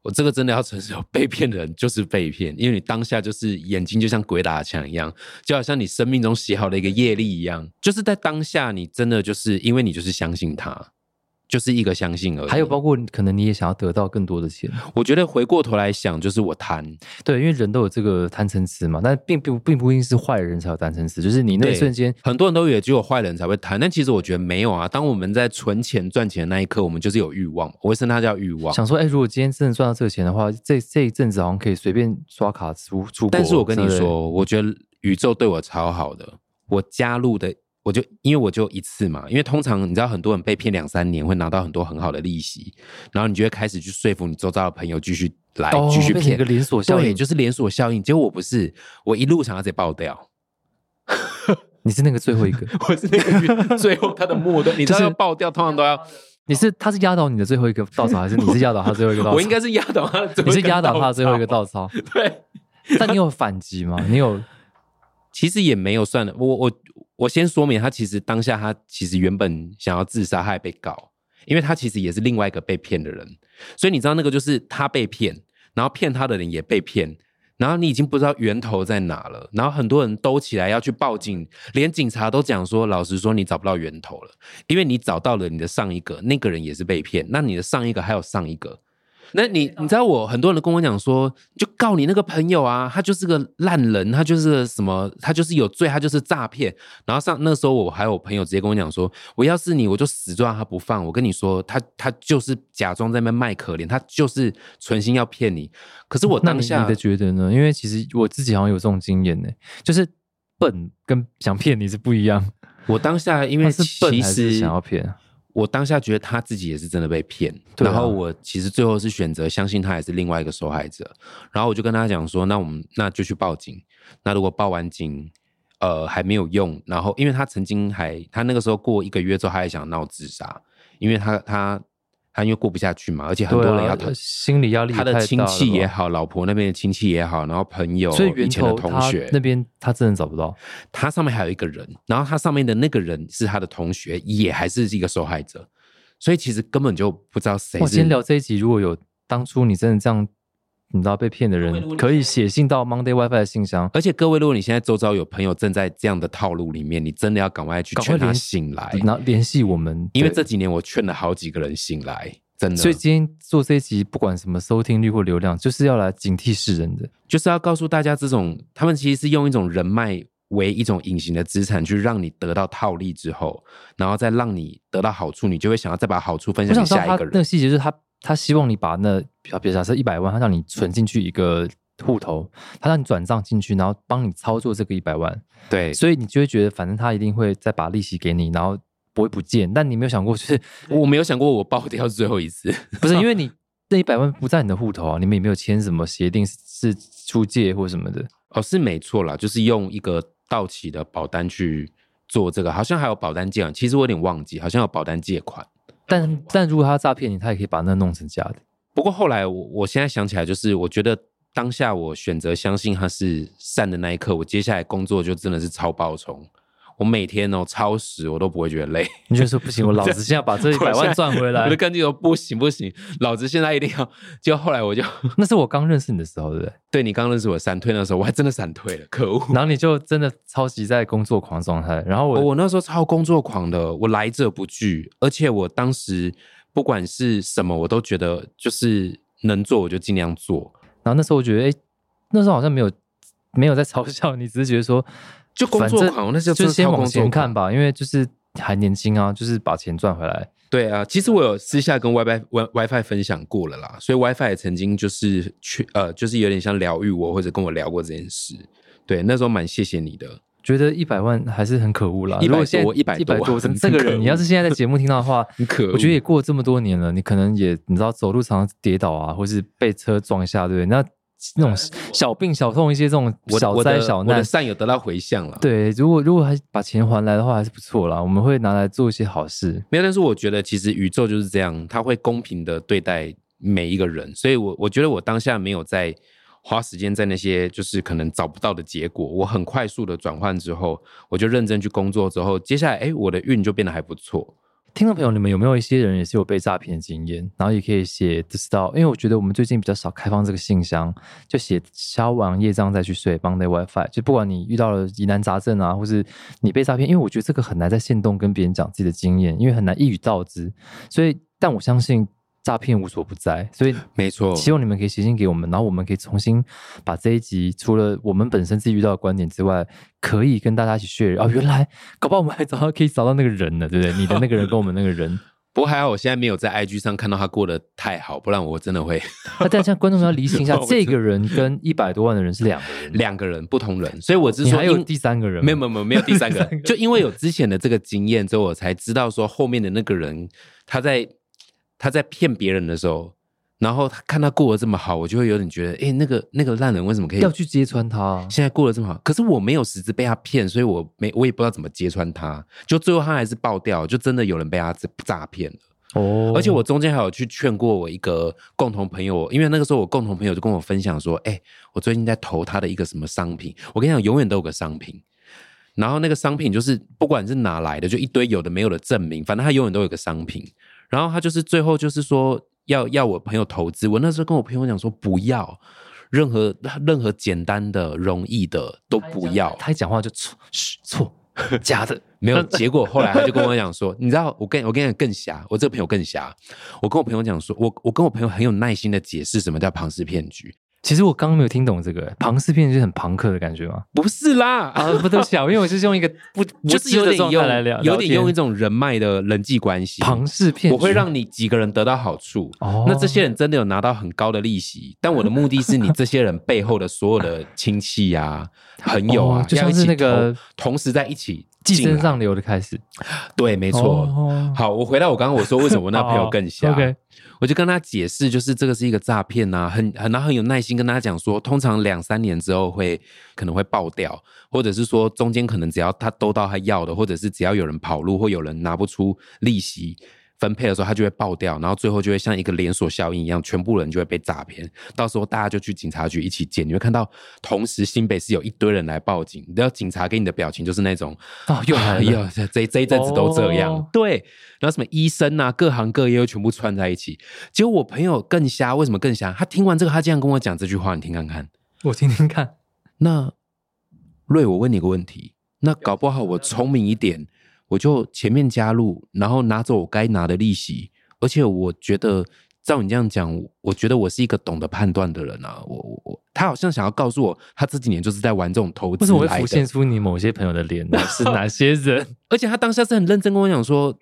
[SPEAKER 1] 我这个真的要承受， [laughs] 被骗的人就是被骗，因为你当下就是眼睛就像鬼打墙一样，就好像你生命中写好的一个业力一样，就是在当下你真的就是因为你就是相信他，就是一个相信而已。
[SPEAKER 2] 还有包括可能你也想要得到更多的钱，
[SPEAKER 1] 我觉得回过头来想，就是我贪，
[SPEAKER 2] 对，因为人都有这个贪嗔痴嘛，但并并并不一定是坏人才有贪嗔痴，就是你那一
[SPEAKER 1] 对
[SPEAKER 2] 瞬间
[SPEAKER 1] 很多人都以为只有坏人才会贪，但其实我觉得没有啊。当我们在存钱赚钱的那一刻，我们就是有欲望，我会称它叫欲望。
[SPEAKER 2] 想说，哎、如果今天真的赚到这个钱的话，这这一阵子好像可以随便刷卡出出国。
[SPEAKER 1] 但是我跟你
[SPEAKER 2] 对不对，
[SPEAKER 1] 说，我觉得宇宙对我超好的。我加入的，我就因为我就一次嘛，因为通常你知道很多人被骗两三年会拿到很多很好的利息，然后你就会开始去说服你周遭的朋友继续来
[SPEAKER 2] 哦
[SPEAKER 1] 继续
[SPEAKER 2] 变成一
[SPEAKER 1] 骗
[SPEAKER 2] 个，连锁效
[SPEAKER 1] 对，
[SPEAKER 2] 应，
[SPEAKER 1] 就是连锁效应。结果我不是，我一路想要直接爆掉，
[SPEAKER 2] 你是那个最后
[SPEAKER 1] [laughs]
[SPEAKER 2] 一个，
[SPEAKER 1] 我是那
[SPEAKER 2] [laughs]
[SPEAKER 1] 个最后他的末端，你知道
[SPEAKER 2] 就是
[SPEAKER 1] 要爆掉，通常都要，
[SPEAKER 2] 你是他是压倒你的最后一个稻草，还是你是压倒他最后一个稻草？
[SPEAKER 1] 我应该是压倒他的最后
[SPEAKER 2] 你
[SPEAKER 1] 一
[SPEAKER 2] 是
[SPEAKER 1] 根
[SPEAKER 2] 压倒他的最后一个
[SPEAKER 1] 稻
[SPEAKER 2] 稻草，
[SPEAKER 1] 草，对。
[SPEAKER 2] 但你有反击吗？你有
[SPEAKER 1] 其实也没有算了，我我我先说明，他其实当下他其实原本想要自杀，他也被告，因为他其实也是另外一个被骗的人，所以你知道那个就是他被骗，然后骗他的人也被骗，然后你已经不知道源头在哪了，然后很多人兜起来要去报警，连警察都讲说，老实说你找不到源头了，因为你找到了你的上一个，那个人也是被骗，那你的上一个还有上一个。那你你知道我很多人都跟我讲说，就告你那个朋友啊，他就是个烂人，他就是个什么，他就是有罪，他就是诈骗。然后上那时候我还有朋友直接跟我讲说，我要是你，我就死抓他不放。我跟你说，他他就是假装在那边卖可怜，他就是存心要骗你。 [laughs] 可是我
[SPEAKER 2] 那
[SPEAKER 1] 当
[SPEAKER 2] 你你
[SPEAKER 1] 下
[SPEAKER 2] 的觉得呢？因为其实我自己好像有这种经验呢、就是笨跟想骗你是不一样，
[SPEAKER 1] 我当下因为
[SPEAKER 2] 他是笨
[SPEAKER 1] 其
[SPEAKER 2] 还是
[SPEAKER 1] 实
[SPEAKER 2] 想要骗？
[SPEAKER 1] 我当下觉得他自己也是真的被骗，
[SPEAKER 2] 对啊
[SPEAKER 1] 然后我其实最后是选择相信他也是另外一个受害者，然后我就跟他讲说，那我们那就去报警，那如果报完警，呃还没有用，然后因为他曾经还他那个时候过一个月之后，他还想闹自杀，因为他他他因为过不下去嘛，而且很
[SPEAKER 2] 对
[SPEAKER 1] 多人
[SPEAKER 2] 啊
[SPEAKER 1] 要他，
[SPEAKER 2] 心理压力也
[SPEAKER 1] 他的
[SPEAKER 2] 太大
[SPEAKER 1] 亲戚
[SPEAKER 2] 了吧
[SPEAKER 1] 也好，老婆那边的亲戚也好，然后朋友，
[SPEAKER 2] 所以源
[SPEAKER 1] 以前的
[SPEAKER 2] 头
[SPEAKER 1] 同
[SPEAKER 2] 他
[SPEAKER 1] 学
[SPEAKER 2] 那边他真的找不到，
[SPEAKER 1] 他上面还有一个人，然后他上面的那个人是他的同学，也还是一个受害者，所以其实根本就不知道谁
[SPEAKER 2] 我今
[SPEAKER 1] 是
[SPEAKER 2] 天。聊这一集，如果有当初你真的这样，你知道被骗的
[SPEAKER 1] 各位如果
[SPEAKER 2] 人，
[SPEAKER 1] 你
[SPEAKER 2] 可以写信到 Monday WiFi 的信箱，
[SPEAKER 1] 而且各位，如果你现在周遭有朋友正在这样的套路里面，你真的要赶快去
[SPEAKER 2] 赶快
[SPEAKER 1] 劝他
[SPEAKER 2] 联
[SPEAKER 1] 醒来，
[SPEAKER 2] 然后联系我们。
[SPEAKER 1] 因为
[SPEAKER 2] 对
[SPEAKER 1] 这几年我劝了好几个人醒来，真的。
[SPEAKER 2] 所以今天做这一集，不管什么收听率或流量，就是要来警惕世人的。
[SPEAKER 1] 就是要告诉大家，这种他们其实是用一种人脉为一种隐形的资产，去让你得到套利之后，然后再让你得到好处，你就会想要再把好处分
[SPEAKER 2] 我
[SPEAKER 1] 享
[SPEAKER 2] 想
[SPEAKER 1] 给
[SPEAKER 2] 知道
[SPEAKER 1] 下
[SPEAKER 2] 他
[SPEAKER 1] 一个
[SPEAKER 2] 那个
[SPEAKER 1] 人。
[SPEAKER 2] 细节，就是他他希望你把那，比如比如假设一百万，他让你存进去一个户头，他让你转账进去，然后帮你操作这个一百万，
[SPEAKER 1] 对，
[SPEAKER 2] 所以你就会觉得反正他一定会再把利息给你，然后不会不见。但你没有想过，就是 [laughs]
[SPEAKER 1] 我没有想过我爆掉是最后一次。
[SPEAKER 2] 不是因 [laughs] 为你那一百万不在你的户头啊，你们也没有签什么协定是是出借或什么的。
[SPEAKER 1] 哦，是没错啦，就是用一个到期的保单去做这个，好像还有保单借款，其实我有点忘记，好像有保单借款。
[SPEAKER 2] [laughs] 但但如果他诈骗你，他也可以把那弄成假的。
[SPEAKER 1] 不过后来我我现在想起来，就是我觉得当下我选择相信他是善的那一刻，我接下来工作就真的是超爆冲。我每天哦超时，我都不会觉得
[SPEAKER 2] [laughs]
[SPEAKER 1] 累。
[SPEAKER 2] 你就说不行，我老子现在把这一百万赚回
[SPEAKER 1] [laughs] 我
[SPEAKER 2] [laughs] 来
[SPEAKER 1] 就。跟你说不行不行，老子现在一定要。就后来我就
[SPEAKER 2] 那是我刚认识你的时候，对不对？
[SPEAKER 1] 对你刚认识我闪退那时候，我还真的闪退了，可恶！
[SPEAKER 2] 然后你就真的超级在工作狂状态。然后我、
[SPEAKER 1] 哦我那时候超工作狂的，我来者不拒，而且我当时不管是什么，我都觉得就是能做我就尽量做，
[SPEAKER 2] 然后那时候我觉得，哎、那时候好像没有没有在嘲笑你，只是觉得说，
[SPEAKER 1] [laughs] 就工作
[SPEAKER 2] 反正
[SPEAKER 1] 狂那时候
[SPEAKER 2] 就
[SPEAKER 1] 真
[SPEAKER 2] 是
[SPEAKER 1] 的
[SPEAKER 2] 先
[SPEAKER 1] 超工
[SPEAKER 2] 往
[SPEAKER 1] 作
[SPEAKER 2] 前看
[SPEAKER 1] 狂
[SPEAKER 2] 吧，因为就是还年轻啊，就是把钱赚回来。
[SPEAKER 1] 对啊，其实我有私下跟 WiFi Wi WiFi 分享过了啦，所以 WiFi 也曾经就是去呃，就是有点像疗愈我，或者跟我聊过这件事。对，那时候蛮谢谢你的。
[SPEAKER 2] 觉得一百万还是很可恶啦。
[SPEAKER 1] 100
[SPEAKER 2] 如果现在
[SPEAKER 1] 多100
[SPEAKER 2] 一百
[SPEAKER 1] 多
[SPEAKER 2] 多，
[SPEAKER 1] 很
[SPEAKER 2] 这个
[SPEAKER 1] 可恶
[SPEAKER 2] 人你要是现在在节目听到的话
[SPEAKER 1] 很 [laughs] 可恶
[SPEAKER 2] 我觉得也过这么多年了，你可能也你知道走路常常跌倒啊，或是被车撞一下，对不对？
[SPEAKER 1] [laughs]
[SPEAKER 2] 那那种小病小痛一些这种
[SPEAKER 1] 我的
[SPEAKER 2] 小
[SPEAKER 1] 我
[SPEAKER 2] 灾
[SPEAKER 1] 的
[SPEAKER 2] 小
[SPEAKER 1] 我
[SPEAKER 2] 难
[SPEAKER 1] 的，善有得到回响了。
[SPEAKER 2] 对，如果如果还把钱还来的话，还是不错啦。我们会拿来做一些好事。
[SPEAKER 1] 没有，但是我觉得其实宇宙就是这样，它会公平的对待每一个人，所以我我觉得我当下没有在花时间在那些就是可能找不到的结果，我很快速的转换之后，我就认真去工作之后，接下来哎我的运就变得还不错。
[SPEAKER 2] 听众朋友，你们有没有一些人也是有被诈骗的经验？然后也可以写知道，因为我觉得我们最近比较少开放这个信箱，就写消完业障再去睡，Monday WiFi。就不管你遇到了疑难杂症啊，或是你被诈骗，因为我觉得这个很难在线动跟别人讲自己的经验，因为很难一语道之。所以，但我相信诈骗无所不在，所以
[SPEAKER 1] 没错，
[SPEAKER 2] 希望你们可以写信给我们，然后我们可以重新把这一集除了我们本身自己遇到的观点之外，可以跟大家一起 share 啊、原来搞不好我们还找到可以找到那个人呢，对不对？你的那个人跟我们那个 [laughs] 人，
[SPEAKER 1] 不过还好我现在没有在 IG 上看到他过得太好，不然我真的会 [laughs]
[SPEAKER 2] 那但现在观众要理清一下，这个人跟一百多万的人是两个人，
[SPEAKER 1] 两个人不同人，所以我只是
[SPEAKER 2] 你
[SPEAKER 1] 说
[SPEAKER 2] 还有
[SPEAKER 1] 因
[SPEAKER 2] 第三个人吗，
[SPEAKER 1] 没有没有没有没有第三个，就因为有之前的这个经验之后，我才知道说后面的那个人他在他在骗别人的时候，然后他看他过得这么好，我就会有点觉得，哎、那个那个烂人为什么可以
[SPEAKER 2] 要去揭穿他。啊
[SPEAKER 1] 现在过得这么好？可是我没有实质被他骗，所以我没我也不知道怎么揭穿他，就最后他还是爆掉，就真的有人被他诈骗了。
[SPEAKER 2] [laughs] 哦
[SPEAKER 1] 而且我中间还有去劝过我一个共同朋友，因为那个时候我共同朋友就跟我分享说，哎、我最近在投他的一个什么商品，我跟你讲，永远都有个商品。然后那个商品就是不管是哪来的，就一堆有的没有的证明，反正他永远都有个商品。然后他就是最后就是说要要我朋友投资，我那时候跟我朋友讲说不要，任何任何简单的、容易的都不要。
[SPEAKER 2] 他一讲话就错，嘘 [laughs] 错，假的。
[SPEAKER 1] 没有，结果后来他就跟我讲
[SPEAKER 2] [laughs]
[SPEAKER 1] 说，你知道，我跟我跟你讲更瞎，我这个朋友更瞎。我跟我朋友讲说，我我跟我朋友很有耐心的解释什么叫庞氏骗局，
[SPEAKER 2] 其实我刚刚没有听懂这个，庞氏骗就是很朋克的感觉吗？
[SPEAKER 1] 不是啦，
[SPEAKER 2] 啊，不对不起啊，因为我是用一个不
[SPEAKER 1] 就
[SPEAKER 2] 就是是
[SPEAKER 1] 有
[SPEAKER 2] 有
[SPEAKER 1] 点
[SPEAKER 2] 点状态来聊，
[SPEAKER 1] 用有点用一
[SPEAKER 2] 用
[SPEAKER 1] 种人脉的人际关系，
[SPEAKER 2] 庞氏骗局，
[SPEAKER 1] 我会让你几个人得到好处。
[SPEAKER 2] 哦
[SPEAKER 1] 那这些人真的有拿到很高的利息，但我的目的是你这些人背后的所有的亲戚啊、朋友啊，
[SPEAKER 2] [laughs] 哦就
[SPEAKER 1] 要
[SPEAKER 2] 像
[SPEAKER 1] 一起
[SPEAKER 2] 是那个
[SPEAKER 1] 同同时在一起
[SPEAKER 2] 寄
[SPEAKER 1] 进
[SPEAKER 2] 生
[SPEAKER 1] 来，
[SPEAKER 2] 上流的开始，
[SPEAKER 1] 对，没错。
[SPEAKER 2] 哦
[SPEAKER 1] 好，我回到我刚刚我说为什么我那朋友更瞎，
[SPEAKER 2] 哦，OK
[SPEAKER 1] 我就跟他解释，就是这个是一个诈骗呐，很很然后很有耐心跟他讲说，通常两三年之后会可能会爆掉，或者是说中间可能只要他兜到他要的，或者是只要有人跑路或有人拿不出利息。分配的时候，他就会爆掉，然后最后就会像一个连锁效应一样，全部人就会被诈骗。到时候大家就去警察局一起见，你会看到同时新北市有一堆人来报警，然后警察给你的表情就是那种 [laughs]
[SPEAKER 2] 哦，又来
[SPEAKER 1] 哎
[SPEAKER 2] 了，
[SPEAKER 1] 呀，这 [laughs] 这这一阵子都这样，
[SPEAKER 2] 哦
[SPEAKER 1] 对。然后什么医生啊，各行各业又全部串在一起。结果我朋友更瞎，为什么更瞎？他听完这个，他竟然跟我讲这句话，你听看看。
[SPEAKER 2] 我听听看，
[SPEAKER 1] 那瑞，我问你个问题，那搞不好我聪明一点，我就前面加入，然后拿走我该拿的利息。而且我觉得，照你这样讲，我觉得我是一个懂得判断的人啊。我我我，他好像想要告诉我，他这几年就是在玩这种投
[SPEAKER 2] 为
[SPEAKER 1] 资
[SPEAKER 2] 什么会
[SPEAKER 1] 来
[SPEAKER 2] 浮
[SPEAKER 1] 的
[SPEAKER 2] 现出你某些朋友的脸呢？是哪些人？
[SPEAKER 1] 而且他当下是很认真跟我讲说，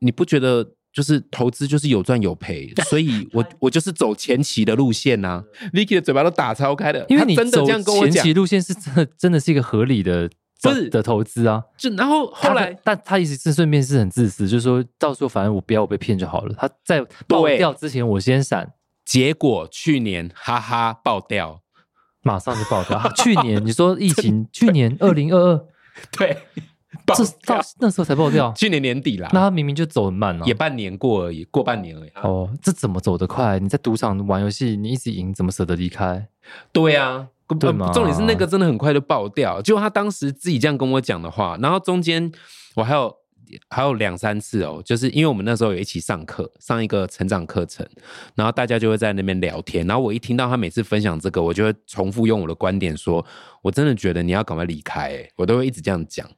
[SPEAKER 1] 你不觉得就是投资就是有赚有 [laughs] 赔，所以我我就是走前期的路线呐、Vicky 的嘴巴都打超开的，
[SPEAKER 2] 因为
[SPEAKER 1] [laughs]
[SPEAKER 2] 你
[SPEAKER 1] 他真的
[SPEAKER 2] 走
[SPEAKER 1] 这样跟我
[SPEAKER 2] 前
[SPEAKER 1] 讲
[SPEAKER 2] 期，路线是真的，真的是一个合理的，
[SPEAKER 1] 不是
[SPEAKER 2] 的投资啊。
[SPEAKER 1] 就然后后
[SPEAKER 2] 他
[SPEAKER 1] 来
[SPEAKER 2] 的，但他意思是顺便是很自私，就是说到时候反正我不要我被骗就好了。他在爆
[SPEAKER 1] 对
[SPEAKER 2] 掉之前，我先闪，
[SPEAKER 1] 结果去年哈哈爆掉，
[SPEAKER 2] 马上就爆掉。
[SPEAKER 1] [laughs]
[SPEAKER 2] 啊去年你说疫情，去年二零二二，
[SPEAKER 1] 对，爆
[SPEAKER 2] 这到
[SPEAKER 1] 掉，
[SPEAKER 2] 那时候才爆掉，
[SPEAKER 1] 去年年底啦，
[SPEAKER 2] 那他明明就走很慢啊
[SPEAKER 1] 也。半年过而已，过半年而已。
[SPEAKER 2] 哦，这怎么走得快？你在赌场玩游戏，你一直赢，怎么舍得离开？
[SPEAKER 1] 对啊，
[SPEAKER 2] 对嘛
[SPEAKER 1] 重点是那个真的很快就爆掉。就他当时自己这样跟我讲的话，然后中间我还有还有两三次哦，就是因为我们那时候有一起上课，上一个成长课程，然后大家就会在那边聊天。然后我一听到他每次分享这个，我就会重复用我的观点说，我真的觉得你要赶快离开、欸，我都会一直这样讲。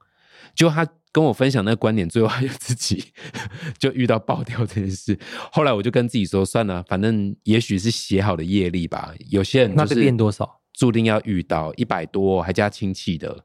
[SPEAKER 1] 就他跟我分享那个观点，最后他就自己 [laughs] 就遇到爆掉这件事。后来我就跟自己说，算了，反正也许是写好的业力吧。有些人
[SPEAKER 2] 那
[SPEAKER 1] 就
[SPEAKER 2] 被
[SPEAKER 1] 是
[SPEAKER 2] 骗多少？
[SPEAKER 1] 注定要遇到一百多，还加亲戚的，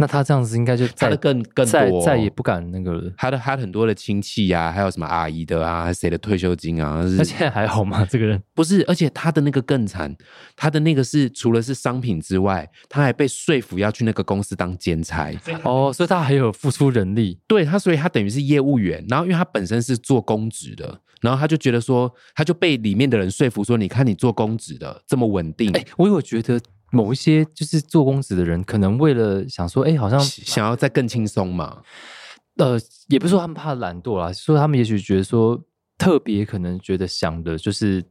[SPEAKER 2] 那他这样子应该就
[SPEAKER 1] 他
[SPEAKER 2] 再
[SPEAKER 1] 的更更
[SPEAKER 2] 再
[SPEAKER 1] 多，
[SPEAKER 2] 再也不敢那个了。
[SPEAKER 1] 他的他很多的亲戚呀、还有什么阿姨的啊，谁的退休金啊，
[SPEAKER 2] 他
[SPEAKER 1] 是
[SPEAKER 2] 现在还好吗？这个人
[SPEAKER 1] 不是？而且他的那个更惨，他的那个是除了是商品之外，他还被说服要去那个公司当兼差。
[SPEAKER 2] [laughs] 哦，所以他还有付出人力，
[SPEAKER 1] 对他，所以他等于是业务员，然后因为他本身是做公职的，然后他就觉得说，他就被里面的人说服说，你看你做公职的这么稳定，
[SPEAKER 2] 哎、我有觉得某一些就是做公子的人，可能为了想说，哎、好像
[SPEAKER 1] 想要再更轻松嘛？
[SPEAKER 2] 呃，也不是说他们怕懒惰啦，是说他们也许觉得说，特别可能觉得想的，就是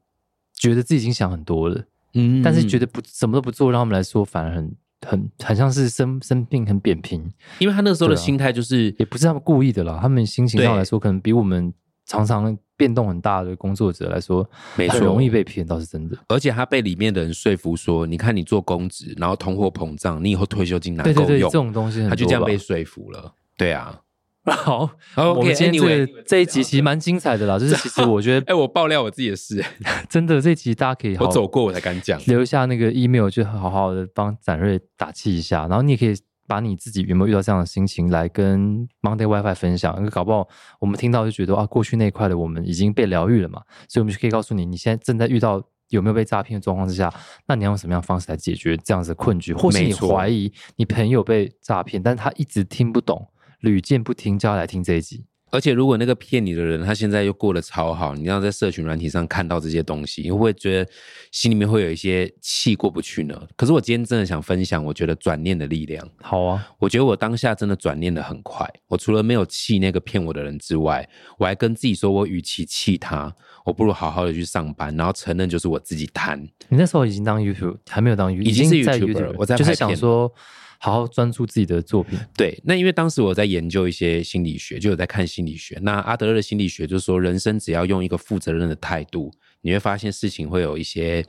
[SPEAKER 2] 觉得自己已经想很多了，
[SPEAKER 1] 嗯
[SPEAKER 2] 但是觉
[SPEAKER 1] 得，
[SPEAKER 2] 得不什么都不做，让他们来说反而很很很像是生生病很扁平，
[SPEAKER 1] 因为他那时候的
[SPEAKER 2] 对啊
[SPEAKER 1] 心态就是
[SPEAKER 2] 也不是他们故意的啦，他们心情上
[SPEAKER 1] 对
[SPEAKER 2] 来说，可能比我们常常变动很大的工作者来说，
[SPEAKER 1] 没
[SPEAKER 2] 很
[SPEAKER 1] 错
[SPEAKER 2] 容易被骗，倒是真的。
[SPEAKER 1] 而且他被里面的人说服说，你看你做公职，然后通货膨胀，你以后退休金哪
[SPEAKER 2] 对
[SPEAKER 1] 够
[SPEAKER 2] 对对，
[SPEAKER 1] 用？
[SPEAKER 2] 这种东西很
[SPEAKER 1] 他就这样
[SPEAKER 2] 多吧
[SPEAKER 1] 被说服了。对啊，
[SPEAKER 2] [laughs] 好，
[SPEAKER 1] 好
[SPEAKER 2] 我们今天这
[SPEAKER 1] OK，anyway
[SPEAKER 2] 个这一集其实蛮精彩的啦，就是其实我觉
[SPEAKER 1] 哎、
[SPEAKER 2] 得
[SPEAKER 1] 我爆料我自己的事，
[SPEAKER 2] 真的这一集大家可以好
[SPEAKER 1] 我走过我才敢讲。
[SPEAKER 2] 留下那个 email，就好好的帮展瑞打气一下，然后你也可以。把你自己有没有遇到这样的心情来跟 Monday WiFi 分享？因为搞不好我们听到就觉得啊，过去那一块的我们已经被疗愈了嘛，所以我们就可以告诉你，你现在正在遇到有没有被诈骗的状况之下，那你要用什么样的方式来解决这样子的困局？或是
[SPEAKER 1] 没
[SPEAKER 2] 你
[SPEAKER 1] 错
[SPEAKER 2] 怀疑你朋友被诈骗，但是他一直听不懂，屡见不听，叫他来听这一集。
[SPEAKER 1] 而且如果那个骗你的人他现在又过得超好，你要在社群软体上看到这些东西，你会不会觉得心里面会有一些气过不去呢？可是我今天真的想分享，我觉得转念的力量。
[SPEAKER 2] 好啊，
[SPEAKER 1] 我觉得我当下真的转念的很快。我除了没有气那个骗我的人之外，我还跟自己说，我与其气他，我不如好好的去上班，然后承认就是我自己贪。
[SPEAKER 2] 你那时候已经当 YouTube，还没有当 YouTube，
[SPEAKER 1] 已经是
[SPEAKER 2] 在
[SPEAKER 1] YouTuber 了
[SPEAKER 2] YouTube，
[SPEAKER 1] 我在拍
[SPEAKER 2] 就
[SPEAKER 1] 片
[SPEAKER 2] 是想说好好专注自己的作品。
[SPEAKER 1] 对，那因为当时我在研究一些心理学，就有在看心理学。那阿德勒的心理学就是说，人生只要用一个负责任的态度，你会发现事情会有一些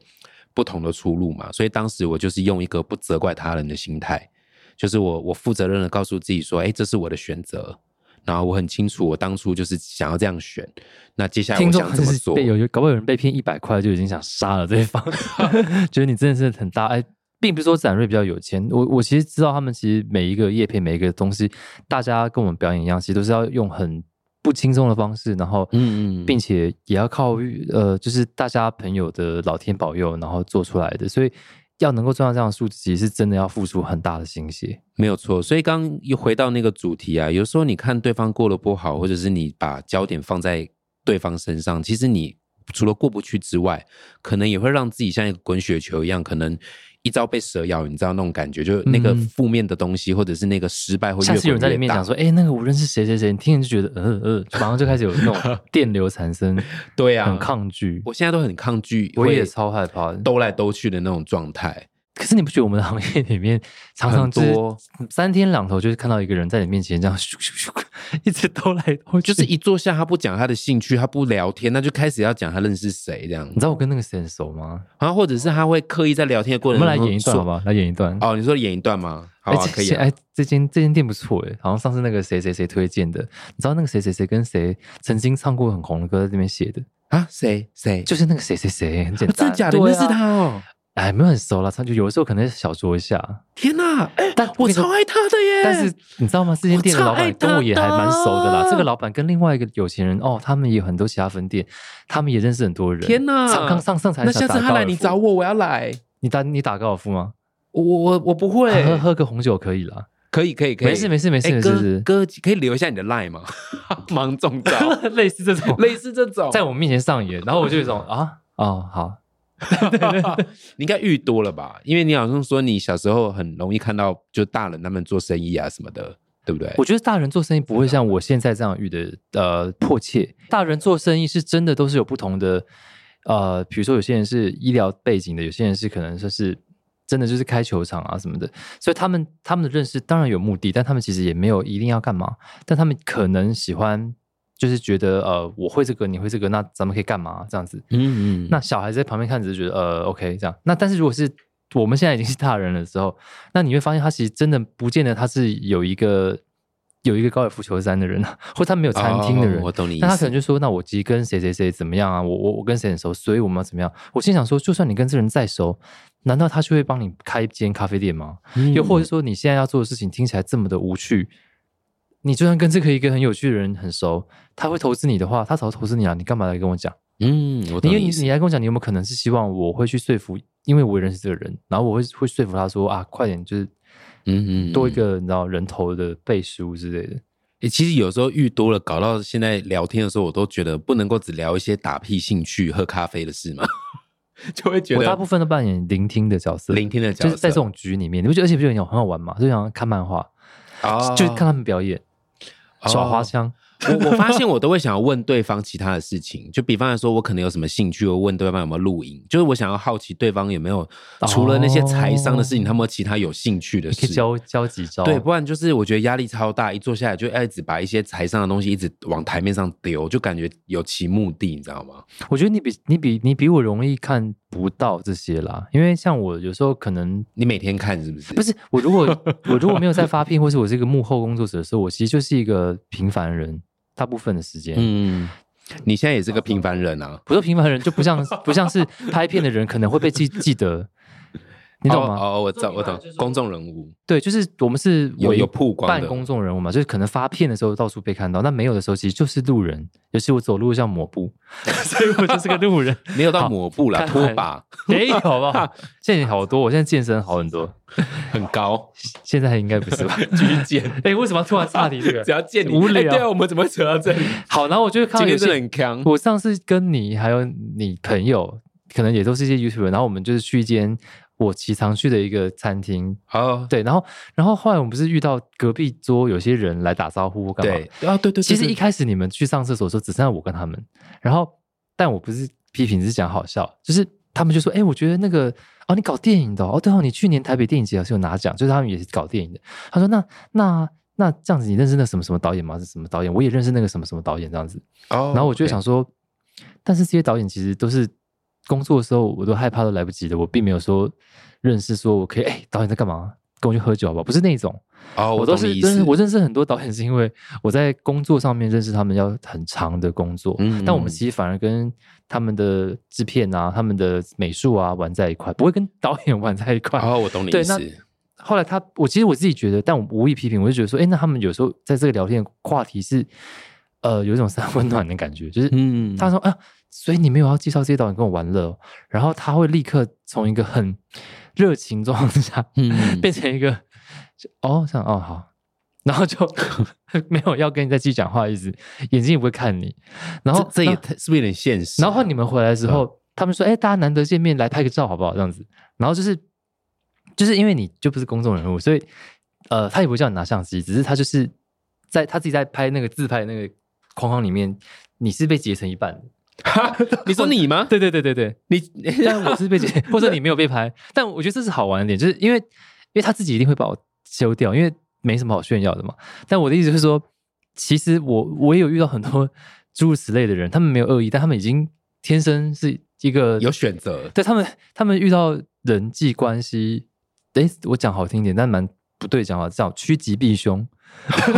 [SPEAKER 1] 不同的出路嘛。所以当时我就是用一个不责怪他人的心态，就是我我负责任的告诉自己说，哎，这是我的选择。然后我很清楚，我当初就是想要这样选。那接下来
[SPEAKER 2] 听
[SPEAKER 1] 我
[SPEAKER 2] 众
[SPEAKER 1] 想
[SPEAKER 2] 可
[SPEAKER 1] 怎么
[SPEAKER 2] 能是
[SPEAKER 1] 做？
[SPEAKER 2] 被有有，搞不好有人被骗一百块就已经想杀了对方，
[SPEAKER 1] [laughs]
[SPEAKER 2] 觉得你真的是很大哎。并不是说展瑞比较有钱，我我其实知道他们其实每一个叶片每一个东西，大家跟我们表演一样，其实都是要用很不轻松的方式，然后
[SPEAKER 1] 嗯嗯嗯
[SPEAKER 2] 并且也要靠呃，就是大家朋友的老天保佑，然后做出来的，所以要能够赚到这样的数字，其实是真的要付出很大的心血。
[SPEAKER 1] 没有错，所以刚刚又回到那个主题啊，有时候你看对方过得不好，或者是你把焦点放在对方身上，其实你除了过不去之外，可能也会让自己像一个滚雪球一样，可能一朝被蛇咬，你知道那种感觉，就是那个
[SPEAKER 2] 嗯
[SPEAKER 1] 负面的东西，或者是那个失败会越
[SPEAKER 2] 下次有人在
[SPEAKER 1] 滚
[SPEAKER 2] 里
[SPEAKER 1] 越
[SPEAKER 2] 面
[SPEAKER 1] 大
[SPEAKER 2] 讲。说：“哎、那个我认识谁谁谁。”你听了就觉得，呃呃，马上就开始有那
[SPEAKER 1] [laughs]
[SPEAKER 2] 种电流产生，
[SPEAKER 1] 对啊，
[SPEAKER 2] 很。抗拒。
[SPEAKER 1] 我现在都很抗拒，
[SPEAKER 2] 我也
[SPEAKER 1] 会
[SPEAKER 2] 超害怕的
[SPEAKER 1] 兜来兜去的那种状态。
[SPEAKER 2] 可是你不觉得我们的行业里面常常就是
[SPEAKER 1] 很多
[SPEAKER 2] 三天两头就是看到一个人在你面前这样咻咻咻，一直兜来兜去？
[SPEAKER 1] 就是一坐下，他不讲他的兴趣，他不聊天，那就开始要讲他认识谁这样
[SPEAKER 2] 你。知道我跟那个谁很熟吗？
[SPEAKER 1] 然后或者是他会刻意在聊天的过
[SPEAKER 2] 我
[SPEAKER 1] 程
[SPEAKER 2] 们
[SPEAKER 1] 中
[SPEAKER 2] 来演一段
[SPEAKER 1] 说
[SPEAKER 2] 好不好？来演一段。
[SPEAKER 1] 哦，你说演一段吗？好
[SPEAKER 2] 哎，
[SPEAKER 1] 啊，
[SPEAKER 2] 这
[SPEAKER 1] 可以
[SPEAKER 2] 间
[SPEAKER 1] 啊、
[SPEAKER 2] 哎，这间这间店不错哎，好像上次那个谁谁谁推荐的，你知道那个谁谁谁跟谁曾经唱过很红的歌，在那边写的，
[SPEAKER 1] 啊，谁谁？
[SPEAKER 2] 就是那个谁谁谁，很简
[SPEAKER 1] 啊
[SPEAKER 2] 单，
[SPEAKER 1] 真的假的？
[SPEAKER 2] 对
[SPEAKER 1] 那
[SPEAKER 2] 啊
[SPEAKER 1] 是他哦！
[SPEAKER 2] 哎，没有很熟啦，他就有的时候可能小酌一下，
[SPEAKER 1] 天哪，哎，
[SPEAKER 2] 但
[SPEAKER 1] 我
[SPEAKER 2] 那个
[SPEAKER 1] 超爱他的耶！
[SPEAKER 2] 但是你知道吗？这间店的老板跟我也还蛮熟的
[SPEAKER 1] 我超爱他
[SPEAKER 2] 啦。
[SPEAKER 1] 的
[SPEAKER 2] 这个老板跟另外一个有钱人哦，他们也有很多其他分店，他们也认识很多人。
[SPEAKER 1] 天哪
[SPEAKER 2] 上刚上上才
[SPEAKER 1] 那下次他来你找
[SPEAKER 2] 我，
[SPEAKER 1] 我，我要来。
[SPEAKER 2] 你打你打高尔夫吗？啊
[SPEAKER 1] 我我我我不会，
[SPEAKER 2] 喝喝个红酒可以啦。
[SPEAKER 1] 可以可以可以，
[SPEAKER 2] 没事没事没事
[SPEAKER 1] 哎
[SPEAKER 2] 没
[SPEAKER 1] 哥
[SPEAKER 2] 事，
[SPEAKER 1] 哥可以留一下你的 line 吗？忙中招，
[SPEAKER 2] 类似这种
[SPEAKER 1] [laughs] 类似这种，
[SPEAKER 2] [laughs] 在我面前上演，然后我就有一种啊哦好，
[SPEAKER 1] 你应该遇多了吧？因为你好像说你小时候很容易看到，就大人他们做生意啊什么的，对不对？
[SPEAKER 2] 我觉得大人做生意不会像我现在这样遇的呃迫切。大人做生意是真的都是有不同的呃，比如说有些人是医疗背景的，有些人是可能说是真的就是开球场啊什么的，所以他们他们的认识当然有目的，但他们其实也没有一定要干嘛，但他们可能喜欢。就是觉得呃，我会这个，你会这个，那咱们可以干嘛？这样子，
[SPEAKER 1] 嗯
[SPEAKER 2] 那小孩子在旁边看，只是觉得呃，OK 这样。那但是如果是我们现在已经是大人了之后，那你会发现他其实真的不见得他是有一个有一个高尔夫球山的人啊， [laughs] 或他没有餐厅的人。
[SPEAKER 1] 哦我懂你意思。
[SPEAKER 2] 那他可能就说：“那我其实跟谁谁谁怎么样啊？我我我跟谁很熟，所以我们要怎么样？”我心想说：“就算你跟这人再熟，难道他就会帮你开一间咖啡店吗？
[SPEAKER 1] 嗯
[SPEAKER 2] 又或者说你现在要做的事情听起来这么的无趣，你就算跟这个一个很有趣的人很熟，他会投资你的话，他早就投资你了、你干嘛来跟我讲？”
[SPEAKER 1] 嗯，我懂
[SPEAKER 2] 因
[SPEAKER 1] 你
[SPEAKER 2] 为你
[SPEAKER 1] 意思。
[SPEAKER 2] 你来跟我讲，你有没有可能是希望我会去说服？因为我也认识这个人，然后我会会说服他说啊，快点，就是
[SPEAKER 1] 嗯嗯嗯
[SPEAKER 2] 多一个你知道人头的背书之类的。
[SPEAKER 1] 欸，其实有时候遇多了，搞到现在聊天的时候，我都觉得不能够只聊一些打屁兴趣、喝咖啡的事嘛， [laughs] 就会觉
[SPEAKER 2] 我大
[SPEAKER 1] 得
[SPEAKER 2] 部分都扮演聆听的角色，
[SPEAKER 1] 聆听的角
[SPEAKER 2] 就
[SPEAKER 1] 色，
[SPEAKER 2] 是在这种局里面，你不觉得而且不觉得很好很好玩吗？就想看漫画，
[SPEAKER 1] 啊
[SPEAKER 2] 就是看他们表演
[SPEAKER 1] 哦
[SPEAKER 2] 耍花枪，
[SPEAKER 1] 我我发现我都会想要问对方其他的事情，就比方来说，我可能有什么兴趣，我问对方有没有录影，就是我想要好奇对方有没有除了那些财商的事情，他有没有其他有兴趣的
[SPEAKER 2] 可以
[SPEAKER 1] 事。
[SPEAKER 2] 教教几招。
[SPEAKER 1] 对，不然就是我觉得压力超大，一坐下来就哎一直把一些财商的东西一直往台面上丢，就感觉有其目的，你知道吗？
[SPEAKER 2] 我觉得你比你比你比我容易看不到这些啦，因为像我有时候可能
[SPEAKER 1] 你每天看是不是？
[SPEAKER 2] 不是我如果我如果没有在发片，或是我是一个幕后工作者的时候，我其实就是一个平凡人，大部分的时间。
[SPEAKER 1] 嗯，你现在也是个平凡人啊，
[SPEAKER 2] 不是平凡人，就不像不像是拍片的人可能会被记记得，你懂吗？
[SPEAKER 1] 哦，哦我懂，我懂，公众人物
[SPEAKER 2] 对，就是我们是
[SPEAKER 1] 有
[SPEAKER 2] 为
[SPEAKER 1] 有曝光的
[SPEAKER 2] 半公众人物嘛，就是可能发片的时候到处被看到，那没有的时候其实就是路人，尤其我走路像抹布， [laughs] 所以我就是个路人。
[SPEAKER 1] 没有到抹布啦，
[SPEAKER 2] 看来
[SPEAKER 1] 拖把
[SPEAKER 2] 没有吧？现在哎好多，我现在健身好很多，
[SPEAKER 1] 很高，
[SPEAKER 2] 现在应该不是吧？
[SPEAKER 1] 继续见。
[SPEAKER 2] [laughs] 哎、为什么要突然岔题这个
[SPEAKER 1] 只？要见你
[SPEAKER 2] 无聊
[SPEAKER 1] 哎对啊，我们怎么会扯到这里？
[SPEAKER 2] [laughs] 好，然后我就会看
[SPEAKER 1] 今
[SPEAKER 2] 到有
[SPEAKER 1] 天真的
[SPEAKER 2] 些，
[SPEAKER 1] 很强，
[SPEAKER 2] 我上次跟你还有你朋友，可能也都是一些 YouTuber，然后我们就是去一间我其常去的一个餐厅，
[SPEAKER 1] 好，
[SPEAKER 2] 对，然后然后后来我们不是遇到隔壁桌有些人来打招呼或干嘛？
[SPEAKER 1] 对，啊，对对，
[SPEAKER 2] 其实
[SPEAKER 1] 对
[SPEAKER 2] 一开始你们去上厕所的时候，只剩下我跟他们，然后但我不是批评，只是讲好笑，就是他们就说：“哎、我觉得那个哦，你搞电影的哦，哦对哦，你去年台北电影节好像有拿奖，就是他们也是搞电影的。”他说：“那那那这样子，你认识那什么什么导演吗？是什么导演？我也认识那个什么什么导演这样子。”
[SPEAKER 1] 哦
[SPEAKER 2] 然后我就
[SPEAKER 1] OK
[SPEAKER 2] 想说，但是这些导演其实都是工作的时候，我都害怕都来不及的，我并没有说认识，说我可以哎、导演在干嘛？跟我去喝酒好不好？不是那种。
[SPEAKER 1] 哦，
[SPEAKER 2] 我
[SPEAKER 1] 我
[SPEAKER 2] 都
[SPEAKER 1] 懂
[SPEAKER 2] 是
[SPEAKER 1] 你意
[SPEAKER 2] 认
[SPEAKER 1] 思
[SPEAKER 2] 识，我认识很多导演，是因为我在工作上面认识他们要很长的工作，
[SPEAKER 1] 嗯
[SPEAKER 2] 但我们其实反而跟他们的制片啊、他们的美术啊玩在一块，不会跟导演玩在一块。
[SPEAKER 1] 哦，我懂你
[SPEAKER 2] 对
[SPEAKER 1] 意思
[SPEAKER 2] 那，后来他，我其实我自己觉得，但我无意批评，我就觉得说，哎，那他们有时候在这个聊天话题是，呃，有一种三温暖的感觉，就是
[SPEAKER 1] 嗯
[SPEAKER 2] 他说啊，所以你没有要介绍这些导演跟我玩乐哦、然后他会立刻从一个很热情状况下，
[SPEAKER 1] 嗯
[SPEAKER 2] [laughs] 变成一个就哦，这样哦好，然后就 [laughs] 没有要跟你再继续讲话的意思，眼睛也不会看你，然后
[SPEAKER 1] 这这也
[SPEAKER 2] 然后
[SPEAKER 1] 太嗯是不是有点现实？啊
[SPEAKER 2] 然后你们回来之后，他们说哎，大家难得见面，来拍个照好不好？这样子，然后就是就是因为你就不是公众人物，所以呃，他也不会叫你拿相机，只是他就是在他自己在拍那个自拍的那个框框里面，你是被截成一半的。
[SPEAKER 1] 你说你吗？
[SPEAKER 2] 对对对对对，
[SPEAKER 1] 你
[SPEAKER 2] 但我是被剪，或者你没有被拍。但我觉得这是好玩的点，就是因为因为他自己一定会把我修掉，因为没什么好炫耀的嘛。但我的意思是说，其实我我也有遇到很多 [laughs] 诸如此类的人，他们没有恶意，但他们已经天生是一个
[SPEAKER 1] [laughs] 有选择，
[SPEAKER 2] [laughs] 对他们，他们遇到人际关系，诶，我讲好听一点，但蛮不对讲法，叫趋吉避凶。
[SPEAKER 1] [laughs]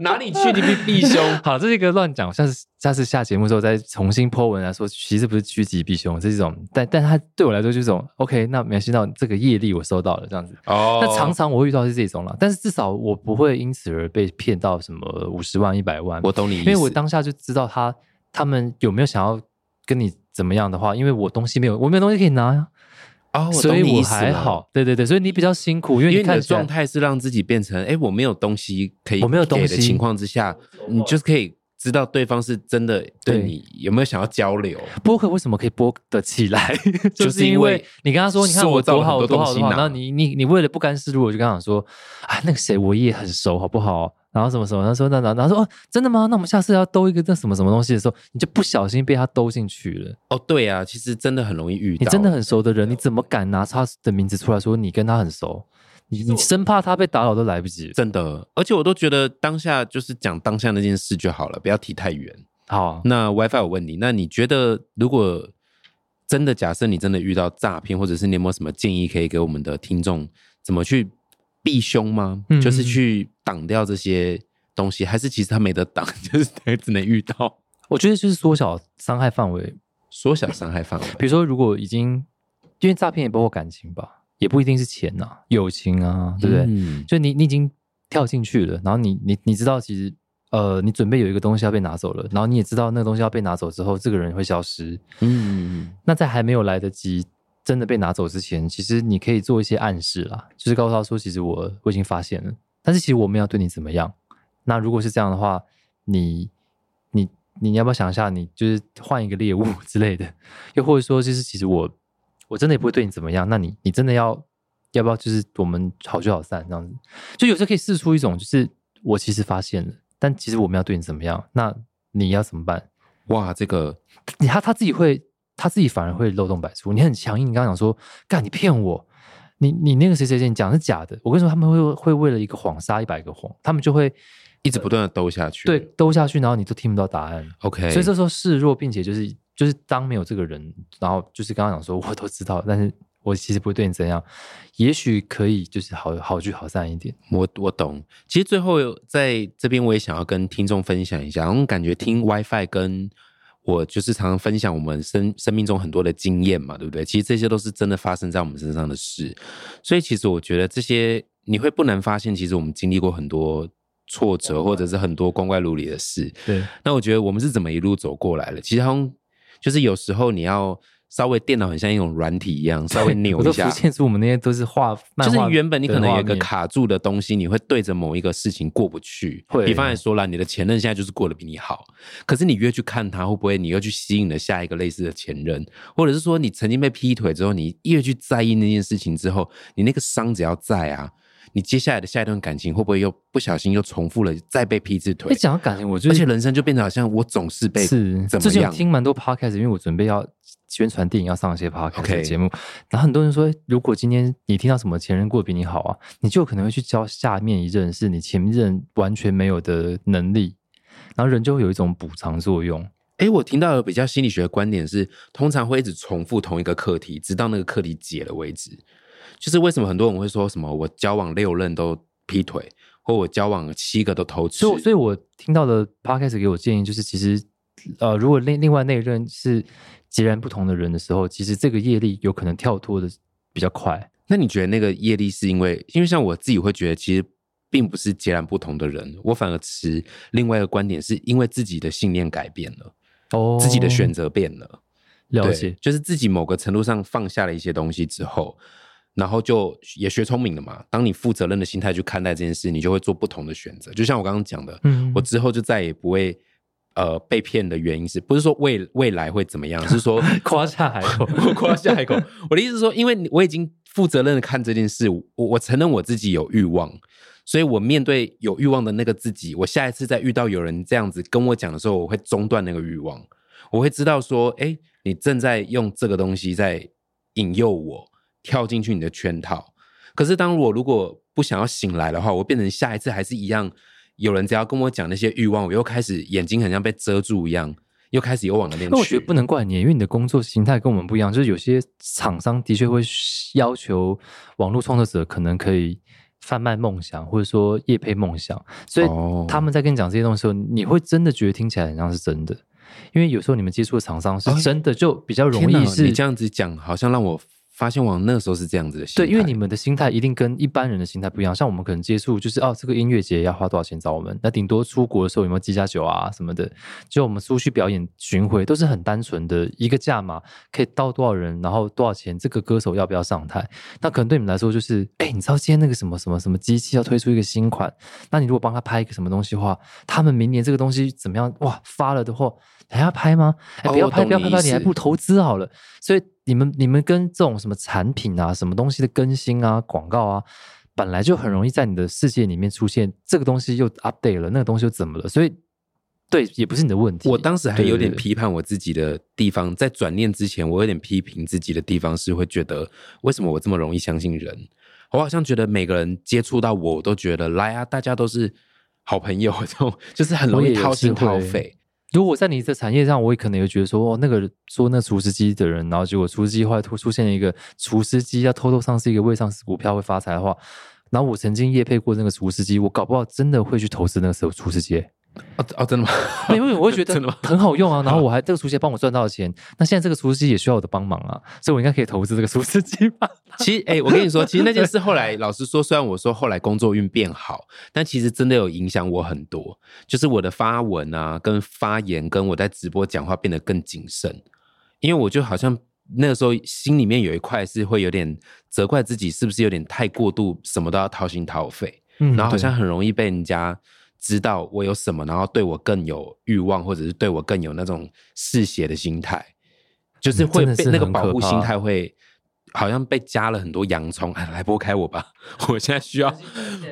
[SPEAKER 1] 哪里去你避避凶？
[SPEAKER 2] 好，这是一个乱讲，下次下次下节目之后再重新 po 文来啊说，其实不是趋吉避凶，这是一种，但但它对我来说就是一种 OK，那没关系，那这个业力我收到了这样子。
[SPEAKER 1] 哦
[SPEAKER 2] [laughs] 那常常我会遇到是这种了，但是至少我不会因此而被骗到什么五十万、一百万，
[SPEAKER 1] 我懂你意
[SPEAKER 2] 因
[SPEAKER 1] 思，
[SPEAKER 2] 为我当下就知道他他们有没有想要跟你怎么样的话，因为我东西没有，我没有东西可以拿呀、
[SPEAKER 1] 哦，我
[SPEAKER 2] 所
[SPEAKER 1] 懂
[SPEAKER 2] 以
[SPEAKER 1] 你
[SPEAKER 2] 我
[SPEAKER 1] 意思
[SPEAKER 2] 还
[SPEAKER 1] 了。
[SPEAKER 2] 好，对对对，所以你比较辛苦，因
[SPEAKER 1] 因
[SPEAKER 2] 为你
[SPEAKER 1] 为你
[SPEAKER 2] 看
[SPEAKER 1] 的
[SPEAKER 2] 起来
[SPEAKER 1] 状态是让自己变成，哎，我没有东西可以，
[SPEAKER 2] 我没有东西
[SPEAKER 1] 的情况之下，你就是可以知道对方是真的对
[SPEAKER 2] 对
[SPEAKER 1] 你有没有想要交流。
[SPEAKER 2] 播客为什么可以播得起来？ [laughs]
[SPEAKER 1] 就是
[SPEAKER 2] 因
[SPEAKER 1] 因
[SPEAKER 2] 为
[SPEAKER 1] 为
[SPEAKER 2] 你跟他说，你看
[SPEAKER 1] 塑
[SPEAKER 2] 我
[SPEAKER 1] 造
[SPEAKER 2] 多
[SPEAKER 1] 了
[SPEAKER 2] 好
[SPEAKER 1] 很多
[SPEAKER 2] 多好
[SPEAKER 1] 东西
[SPEAKER 2] 多好，
[SPEAKER 1] 拿
[SPEAKER 2] 然后你你你为了不甘示弱，我就跟他讲说，啊，那个谁我也很熟，好不好？然后什么什么，他说那那然后说哦，真的吗？那我们下次要兜一个那什么什么东西的时候，你就不小心被他兜进去了。
[SPEAKER 1] 哦，对啊，其实真的很容易遇到，
[SPEAKER 2] 你真的很熟的人，你怎么敢拿他的名字出来说你跟他很熟？你你生怕他被打扰都来不及。
[SPEAKER 1] 真的，而且我都觉得当下就是讲当下那件事就好了，不要提太远。
[SPEAKER 2] 好，
[SPEAKER 1] 那 WiFi 我问你，那你觉得如果真的假设你真的遇到诈骗，或者是你有没有什么建议可以给我们的听众怎么去避凶吗？
[SPEAKER 2] 嗯
[SPEAKER 1] 就是去挡掉这些东西，还是其实他没得挡， [laughs] 就是只能遇到
[SPEAKER 2] 我觉得就是缩小伤害范围，
[SPEAKER 1] 缩小伤害范围。
[SPEAKER 2] 比如说，如果已经因为诈骗也包括感情吧，也不一定是钱呐、友情啊，对不对？
[SPEAKER 1] 嗯
[SPEAKER 2] 就你你已经跳进去了，然后你你你知道其实呃，你准备有一个东西要被拿走了，然后你也知道那个东西要被拿走之后，这个人会消失。
[SPEAKER 1] 嗯，
[SPEAKER 2] 那在还没有来得及真的被拿走之前，其实你可以做一些暗示啦，就是告诉他说，其实我我已经发现了，但是其实我没有对你怎么样。那如果是这样的话，你你你要不要想一下，你就是换一个猎物之类的，又或者说，就是其实我我真的也不会对你怎么样，那你你真的要要不要就是我们好聚好散这样子？就有时候可以试出一种，就是我其实发现了，但其实我们要对你怎么样，那你要怎么办？
[SPEAKER 1] 哇，这个
[SPEAKER 2] 你他他自己会，他自己反而会漏洞百出。你很强硬，你刚刚讲说，干你骗我，你你那个谁谁谁你讲的是假的。我跟你说，他们会会为了一个谎杀一百个谎，他们就会
[SPEAKER 1] 一直不断的兜下去。
[SPEAKER 2] 对兜下去，然后你都听不到答案。
[SPEAKER 1] ，OK，
[SPEAKER 2] 所以这时候示弱，并且就是就是当没有这个人，然后就是刚刚讲说我都知道，但是我其实不会对你怎样，也许可以就是好好聚好散一点。
[SPEAKER 1] 我我懂。其实最后在这边，我也想要跟听众分享一下，我感觉听 WiFi 跟我就是常常分享我们生生命中很多的经验嘛，对不对？其实这些都是真的发生在我们身上的事，所以其实我觉得这些你会不难发现，其实我们经历过很多挫折，或者是很多光怪陆离的事。
[SPEAKER 2] 对，
[SPEAKER 1] 那我觉得我们是怎么一路走过来的？其实好像就是有时候你要稍微电脑很像一种软体一样，稍微扭
[SPEAKER 2] [laughs] 我
[SPEAKER 1] 一
[SPEAKER 2] 都浮
[SPEAKER 1] 下，
[SPEAKER 2] 现出我们那些都是画，漫
[SPEAKER 1] 就
[SPEAKER 2] 画
[SPEAKER 1] 是原本你可能有一个
[SPEAKER 2] 的画面，
[SPEAKER 1] 卡住的东西，你会对着某一个事情过不去。
[SPEAKER 2] 会
[SPEAKER 1] 比方来说啦，你的前任现在就是过得比你好，可是你越去看他，会不会你又去吸引了下一个类似的前任？或者是说，你曾经被劈腿之后，你越去在意那件事情之后，你那个伤只要在啊，你接下来的下一段感情会不会又不小心又重复了再被劈一次腿
[SPEAKER 2] 一？哎讲到感情，我就
[SPEAKER 1] 而且人生就变得好像我总是被
[SPEAKER 2] 是
[SPEAKER 1] 怎
[SPEAKER 2] 最
[SPEAKER 1] 么
[SPEAKER 2] 近我
[SPEAKER 1] 样？
[SPEAKER 2] 听蛮多 podcast，因为我准备要宣传电影，要上一些 podcast
[SPEAKER 1] OK
[SPEAKER 2] 的节目。然后很多人说，如果今天你听到什么前任过得比你好啊，你就有可能会去教下面一任是你前任完全没有的能力，然后人就会有一种补偿作用。
[SPEAKER 1] 诶，我听到有比较心理学的观点是，通常会一直重复同一个课题，直到那个课题解了为止。就是为什么很多人会说什么我交往六任都劈腿，或我交往七个都偷吃
[SPEAKER 2] 所以我，，所以我听到的 podcast 给我建议就是，其实呃，如果另另外那一任是截然不同的人的时候，其实这个业力有可能跳脱的比较快。
[SPEAKER 1] 那你觉得那个业力是因为，因为像我自己会觉得，其实并不是截然不同的人，我反而持另外一个观点，是因为自己的信念改变了，
[SPEAKER 2] 哦
[SPEAKER 1] 自己的选择变了。
[SPEAKER 2] 了
[SPEAKER 1] 对，
[SPEAKER 2] 解，
[SPEAKER 1] 就是自己某个程度上放下了一些东西之后，然后就也学聪明了嘛。当你负责任的心态去看待这件事，你就会做不同的选择。就像我刚刚讲的，
[SPEAKER 2] 嗯
[SPEAKER 1] 我之后就再也不会呃被骗的原因是不是说未未来会怎么样？是说
[SPEAKER 2] [laughs] [laughs] 夸下海口。
[SPEAKER 1] [laughs] 我夸下海口。我的意思是说，因为你我已经负责任的看这件事，我我承认我自己有欲望，所以我面对有欲望的那个自己，我下一次再遇到有人这样子跟我讲的时候，我会中断那个欲望，我会知道说，哎，你正在用这个东西在引诱我跳进去你的圈套。可是当我如果不想要醒来的话，我变成下一次还是一样。有人只要跟我讲那些欲望，我又开始眼睛很像被遮住一样，又开始又往那边去。
[SPEAKER 2] 那我觉得不能怪你，因为你的工作形态跟我们不一样，就是有些厂商的确会要求网络创作者可能可以贩卖梦想，或者说业配梦想，所以
[SPEAKER 1] 哦
[SPEAKER 2] 他们在跟你讲这些东西的时候，你会真的觉得听起来很像是真的，因为有时候你们接触的厂商是
[SPEAKER 1] 哎
[SPEAKER 2] 真的，就比较容
[SPEAKER 1] 天哪
[SPEAKER 2] 易是
[SPEAKER 1] 你这样子讲，好像让我发现我那时候是这样子的心态。
[SPEAKER 2] 对，因为你们的心态一定跟一般人的心态不一样。像我们可能接触就是哦，这个音乐节要花多少钱找我们？那顶多出国的时候有没有机加酒啊什么的？就我们出去表演巡回都是很单纯的一个价码，可以到多少人，然后多少钱，这个歌手要不要上台？那可能对你们来说就是，哎，你知道今天那个什么什么什么机器要推出一个新款，那你如果帮他拍一个什么东西的话，他们明年这个东西怎么样？哇，发了的话还要拍吗？哎，
[SPEAKER 1] 哦
[SPEAKER 2] 不要
[SPEAKER 1] 我
[SPEAKER 2] 拍，
[SPEAKER 1] 懂
[SPEAKER 2] 不要
[SPEAKER 1] 你
[SPEAKER 2] 拍，
[SPEAKER 1] 意
[SPEAKER 2] 不要拍你还
[SPEAKER 1] 思
[SPEAKER 2] 不如投资好了。所以你们你们跟这种什么产品啊、什么东西的更新啊、广告啊，本来就很容易在你的世界里面出现这个东西又 update 了，那个东西又怎么了？所以对，也不是你的问题。
[SPEAKER 1] 我当时还有点
[SPEAKER 2] 对对对
[SPEAKER 1] 批判我自己的地方，在转念之前，我有点批评自己的地方是会觉得，为什么我这么容易相信人？我好像觉得每个人接触到我，我都觉得来啊，大家都是好朋友，这种就是很容
[SPEAKER 2] 我
[SPEAKER 1] 易
[SPEAKER 2] 也有
[SPEAKER 1] 掏心
[SPEAKER 2] 是会
[SPEAKER 1] 掏肺。
[SPEAKER 2] 如果在你的产业上，我也可能有觉得说，哦，那个说那厨师机的人，然后结果厨师机后来突出现了一个厨师机要偷偷上市一个未上市股票会发财的话，然后我曾经业配过那个厨师机，我搞不好真的会去投资那个时候厨师机。
[SPEAKER 1] 哦哦，真的吗？ [laughs]
[SPEAKER 2] 没有，因为我会觉得
[SPEAKER 1] 真的吗
[SPEAKER 2] [laughs] 很
[SPEAKER 1] [laughs]
[SPEAKER 2] 好用啊。然后我还这个厨师机帮我赚到了钱，那现在这个厨师机也需要我的帮忙啊，所以我应该可以投资这个厨师机
[SPEAKER 1] [laughs]
[SPEAKER 2] 吧？
[SPEAKER 1] 其实，哎、我跟你说，其实那件事后来，老实说，虽然我说后来工作运变好，但其实真的有影响我很多，就是我的发文啊，跟发言，跟我在直播讲话变得更谨慎，因为我就好像那个时候心里面有一块是会有点责怪自己，是不是有点太过度，什么都要掏心掏肺，
[SPEAKER 2] 嗯
[SPEAKER 1] 然后好像很容易被人家知道我有什么，然后对我更有欲望，或者是对我更有那种嗜血的心态，就是
[SPEAKER 2] 嗯
[SPEAKER 1] 会
[SPEAKER 2] 真的
[SPEAKER 1] 被
[SPEAKER 2] 是
[SPEAKER 1] 那个
[SPEAKER 2] 很
[SPEAKER 1] 保
[SPEAKER 2] 可
[SPEAKER 1] 护心
[SPEAKER 2] 怕
[SPEAKER 1] 态会。好像被加了很多洋葱， [laughs] 哎
[SPEAKER 2] [laughs]
[SPEAKER 1] 来剥开我吧！我现在需要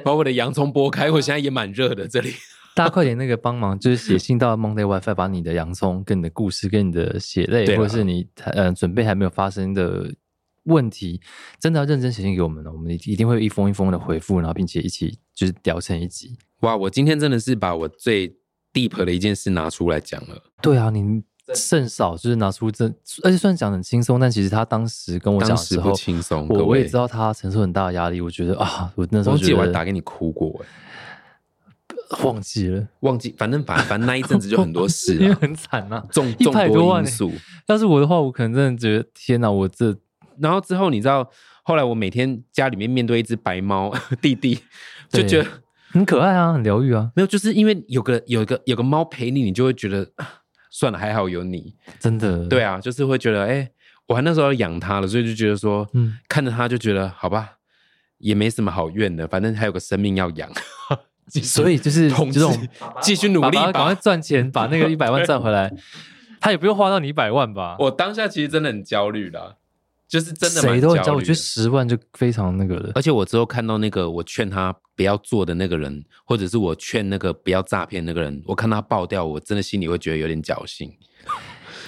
[SPEAKER 1] 把我的洋葱剥开，我现在也蛮热的这里。
[SPEAKER 2] [laughs] 大家快点那个帮忙，就是写信
[SPEAKER 1] [laughs]
[SPEAKER 2] 到 Monday WiFi，把你的洋葱、跟你的故事、跟你的血泪，
[SPEAKER 1] 对啊
[SPEAKER 2] 或者是你呃准备还没有发生的问题，真的要认真写信给我们了，啊我们一定会一封一封的回复，然后并且一起就是聊成一集。
[SPEAKER 1] 哇，我今天真的是把我最 deep 的一件事拿出来讲了。
[SPEAKER 2] 对啊，你甚少就是拿出这，而且虽然讲得很轻松，但其实他当时跟我讲
[SPEAKER 1] 当
[SPEAKER 2] 的
[SPEAKER 1] 时
[SPEAKER 2] 时
[SPEAKER 1] 不
[SPEAKER 2] 候，
[SPEAKER 1] 轻松，
[SPEAKER 2] 我
[SPEAKER 1] 各
[SPEAKER 2] 我也
[SPEAKER 1] 位
[SPEAKER 2] 知，道他承受很大的压力，我觉得啊， [laughs] 我那时候
[SPEAKER 1] 忘记
[SPEAKER 2] 觉
[SPEAKER 1] 我还
[SPEAKER 2] 得
[SPEAKER 1] 打给你哭过、欸，
[SPEAKER 2] 忘记了，
[SPEAKER 1] 忘记，反正反反正那一阵子就很多事
[SPEAKER 2] 因为
[SPEAKER 1] 啊，
[SPEAKER 2] [laughs] 很惨呐、啊。
[SPEAKER 1] 众
[SPEAKER 2] 一
[SPEAKER 1] 众
[SPEAKER 2] 百多
[SPEAKER 1] 多
[SPEAKER 2] 万
[SPEAKER 1] 因
[SPEAKER 2] 欸
[SPEAKER 1] 素。
[SPEAKER 2] 要是我的话，我可能真的觉得天哪，我这
[SPEAKER 1] 然后之后你知道，后来我每天家里面面对一只白猫 [laughs] 弟弟，就
[SPEAKER 2] 对
[SPEAKER 1] 觉得
[SPEAKER 2] 很可爱啊，很疗愈啊，
[SPEAKER 1] 没有，就是因为有个有个有个猫陪你，你就会觉得啊算了，还好有你。
[SPEAKER 2] 真的。
[SPEAKER 1] 对，啊，就是会觉得哎、我还那时候养它了，所以就觉得说，
[SPEAKER 2] 嗯
[SPEAKER 1] 看着它就觉得好吧，也没什么好怨的，反正还有个生命要养。 [laughs] 继续
[SPEAKER 2] 所以就是
[SPEAKER 1] 统
[SPEAKER 2] 这
[SPEAKER 1] 治
[SPEAKER 2] 种，
[SPEAKER 1] 继续努力
[SPEAKER 2] 爸爸赶快
[SPEAKER 1] 吧。
[SPEAKER 2] 赚钱，把那个一百万赚回
[SPEAKER 1] [laughs]
[SPEAKER 2] 来。他也不用花到你一百万吧？
[SPEAKER 1] 我当下其实真的很焦虑啦，就是真的蛮
[SPEAKER 2] 谁都很
[SPEAKER 1] 焦
[SPEAKER 2] 我
[SPEAKER 1] 虑
[SPEAKER 2] 觉
[SPEAKER 1] 的呃
[SPEAKER 2] 得十万就非常那个了。
[SPEAKER 1] 而且我之后看到那个我劝他不要做的那个人，或者是我劝那个不要诈骗那个人，我看他爆掉，我真的心里会觉得有点侥幸。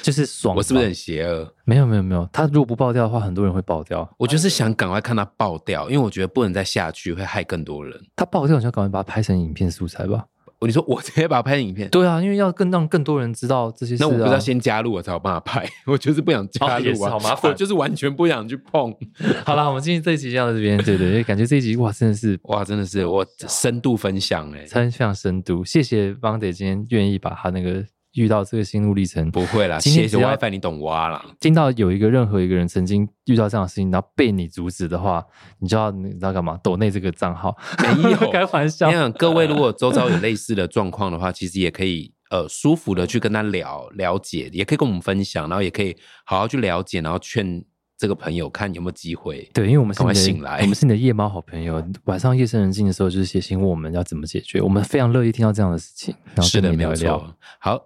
[SPEAKER 2] 就是爽吧，
[SPEAKER 1] 我是不是很邪恶？
[SPEAKER 2] 没有没有没有，他如果不爆掉的话，很多人会爆掉。
[SPEAKER 1] 我就是想赶快看他爆掉，因为我觉得不能再下去，会害更多人。
[SPEAKER 2] 他爆掉，你就赶快把它拍成影片素材吧。
[SPEAKER 1] 你说我直接把它拍成影片，
[SPEAKER 2] 对啊，因为要更让更多人知道这些事、啊。
[SPEAKER 1] 那我不是要先加入我才有办法拍，我就是不想加
[SPEAKER 2] 哦也
[SPEAKER 1] 入
[SPEAKER 2] 是
[SPEAKER 1] 啊，
[SPEAKER 2] 好麻烦
[SPEAKER 1] 我就是完全不想去碰。
[SPEAKER 2] [laughs] 好啦，我们今天这一集就到这边，对对，因为感觉这一集哇，真的是
[SPEAKER 1] 哇，真的是我深度分享哎、
[SPEAKER 2] 参非常深度。谢谢邦德今天愿意把他那个遇到这个心路历程，
[SPEAKER 1] 不会啦，
[SPEAKER 2] 今天
[SPEAKER 1] 谢谢
[SPEAKER 2] 只要
[SPEAKER 1] WiFi，你懂挖啦。
[SPEAKER 2] 听到有一个任何一个人曾经遇到这样的事情，然后被你阻止的话，你就要你知道干嘛？抖内这个账号
[SPEAKER 1] 没有
[SPEAKER 2] [laughs] 开玩笑
[SPEAKER 1] 你，想，各位如
[SPEAKER 2] 呃
[SPEAKER 1] 果周遭有类似的状况的话，其实也可以呃舒服的去跟他聊了解，也可以跟我们分享，然后也可以好好去了解，然后劝这个朋友看有没有机会。
[SPEAKER 2] 对，因为我们是
[SPEAKER 1] 赶
[SPEAKER 2] 你
[SPEAKER 1] 快
[SPEAKER 2] 的，
[SPEAKER 1] 醒来
[SPEAKER 2] 我们是你的夜猫好朋友。晚上夜深人静的时候，就是写信问我们要怎么解决，我们非常乐意听到这样的事情，然后
[SPEAKER 1] 是的，
[SPEAKER 2] 跟你
[SPEAKER 1] 没
[SPEAKER 2] 聊
[SPEAKER 1] 有
[SPEAKER 2] 一聊。
[SPEAKER 1] 错。好，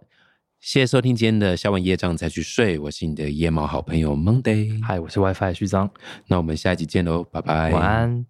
[SPEAKER 1] 谢谢收听今天的下完夜障再去睡，我是你的夜猫好朋友 Monday。
[SPEAKER 2] 嗨，我是 WiFi 旭章，
[SPEAKER 1] 那我们下一集见喽，拜拜。
[SPEAKER 2] 晚安。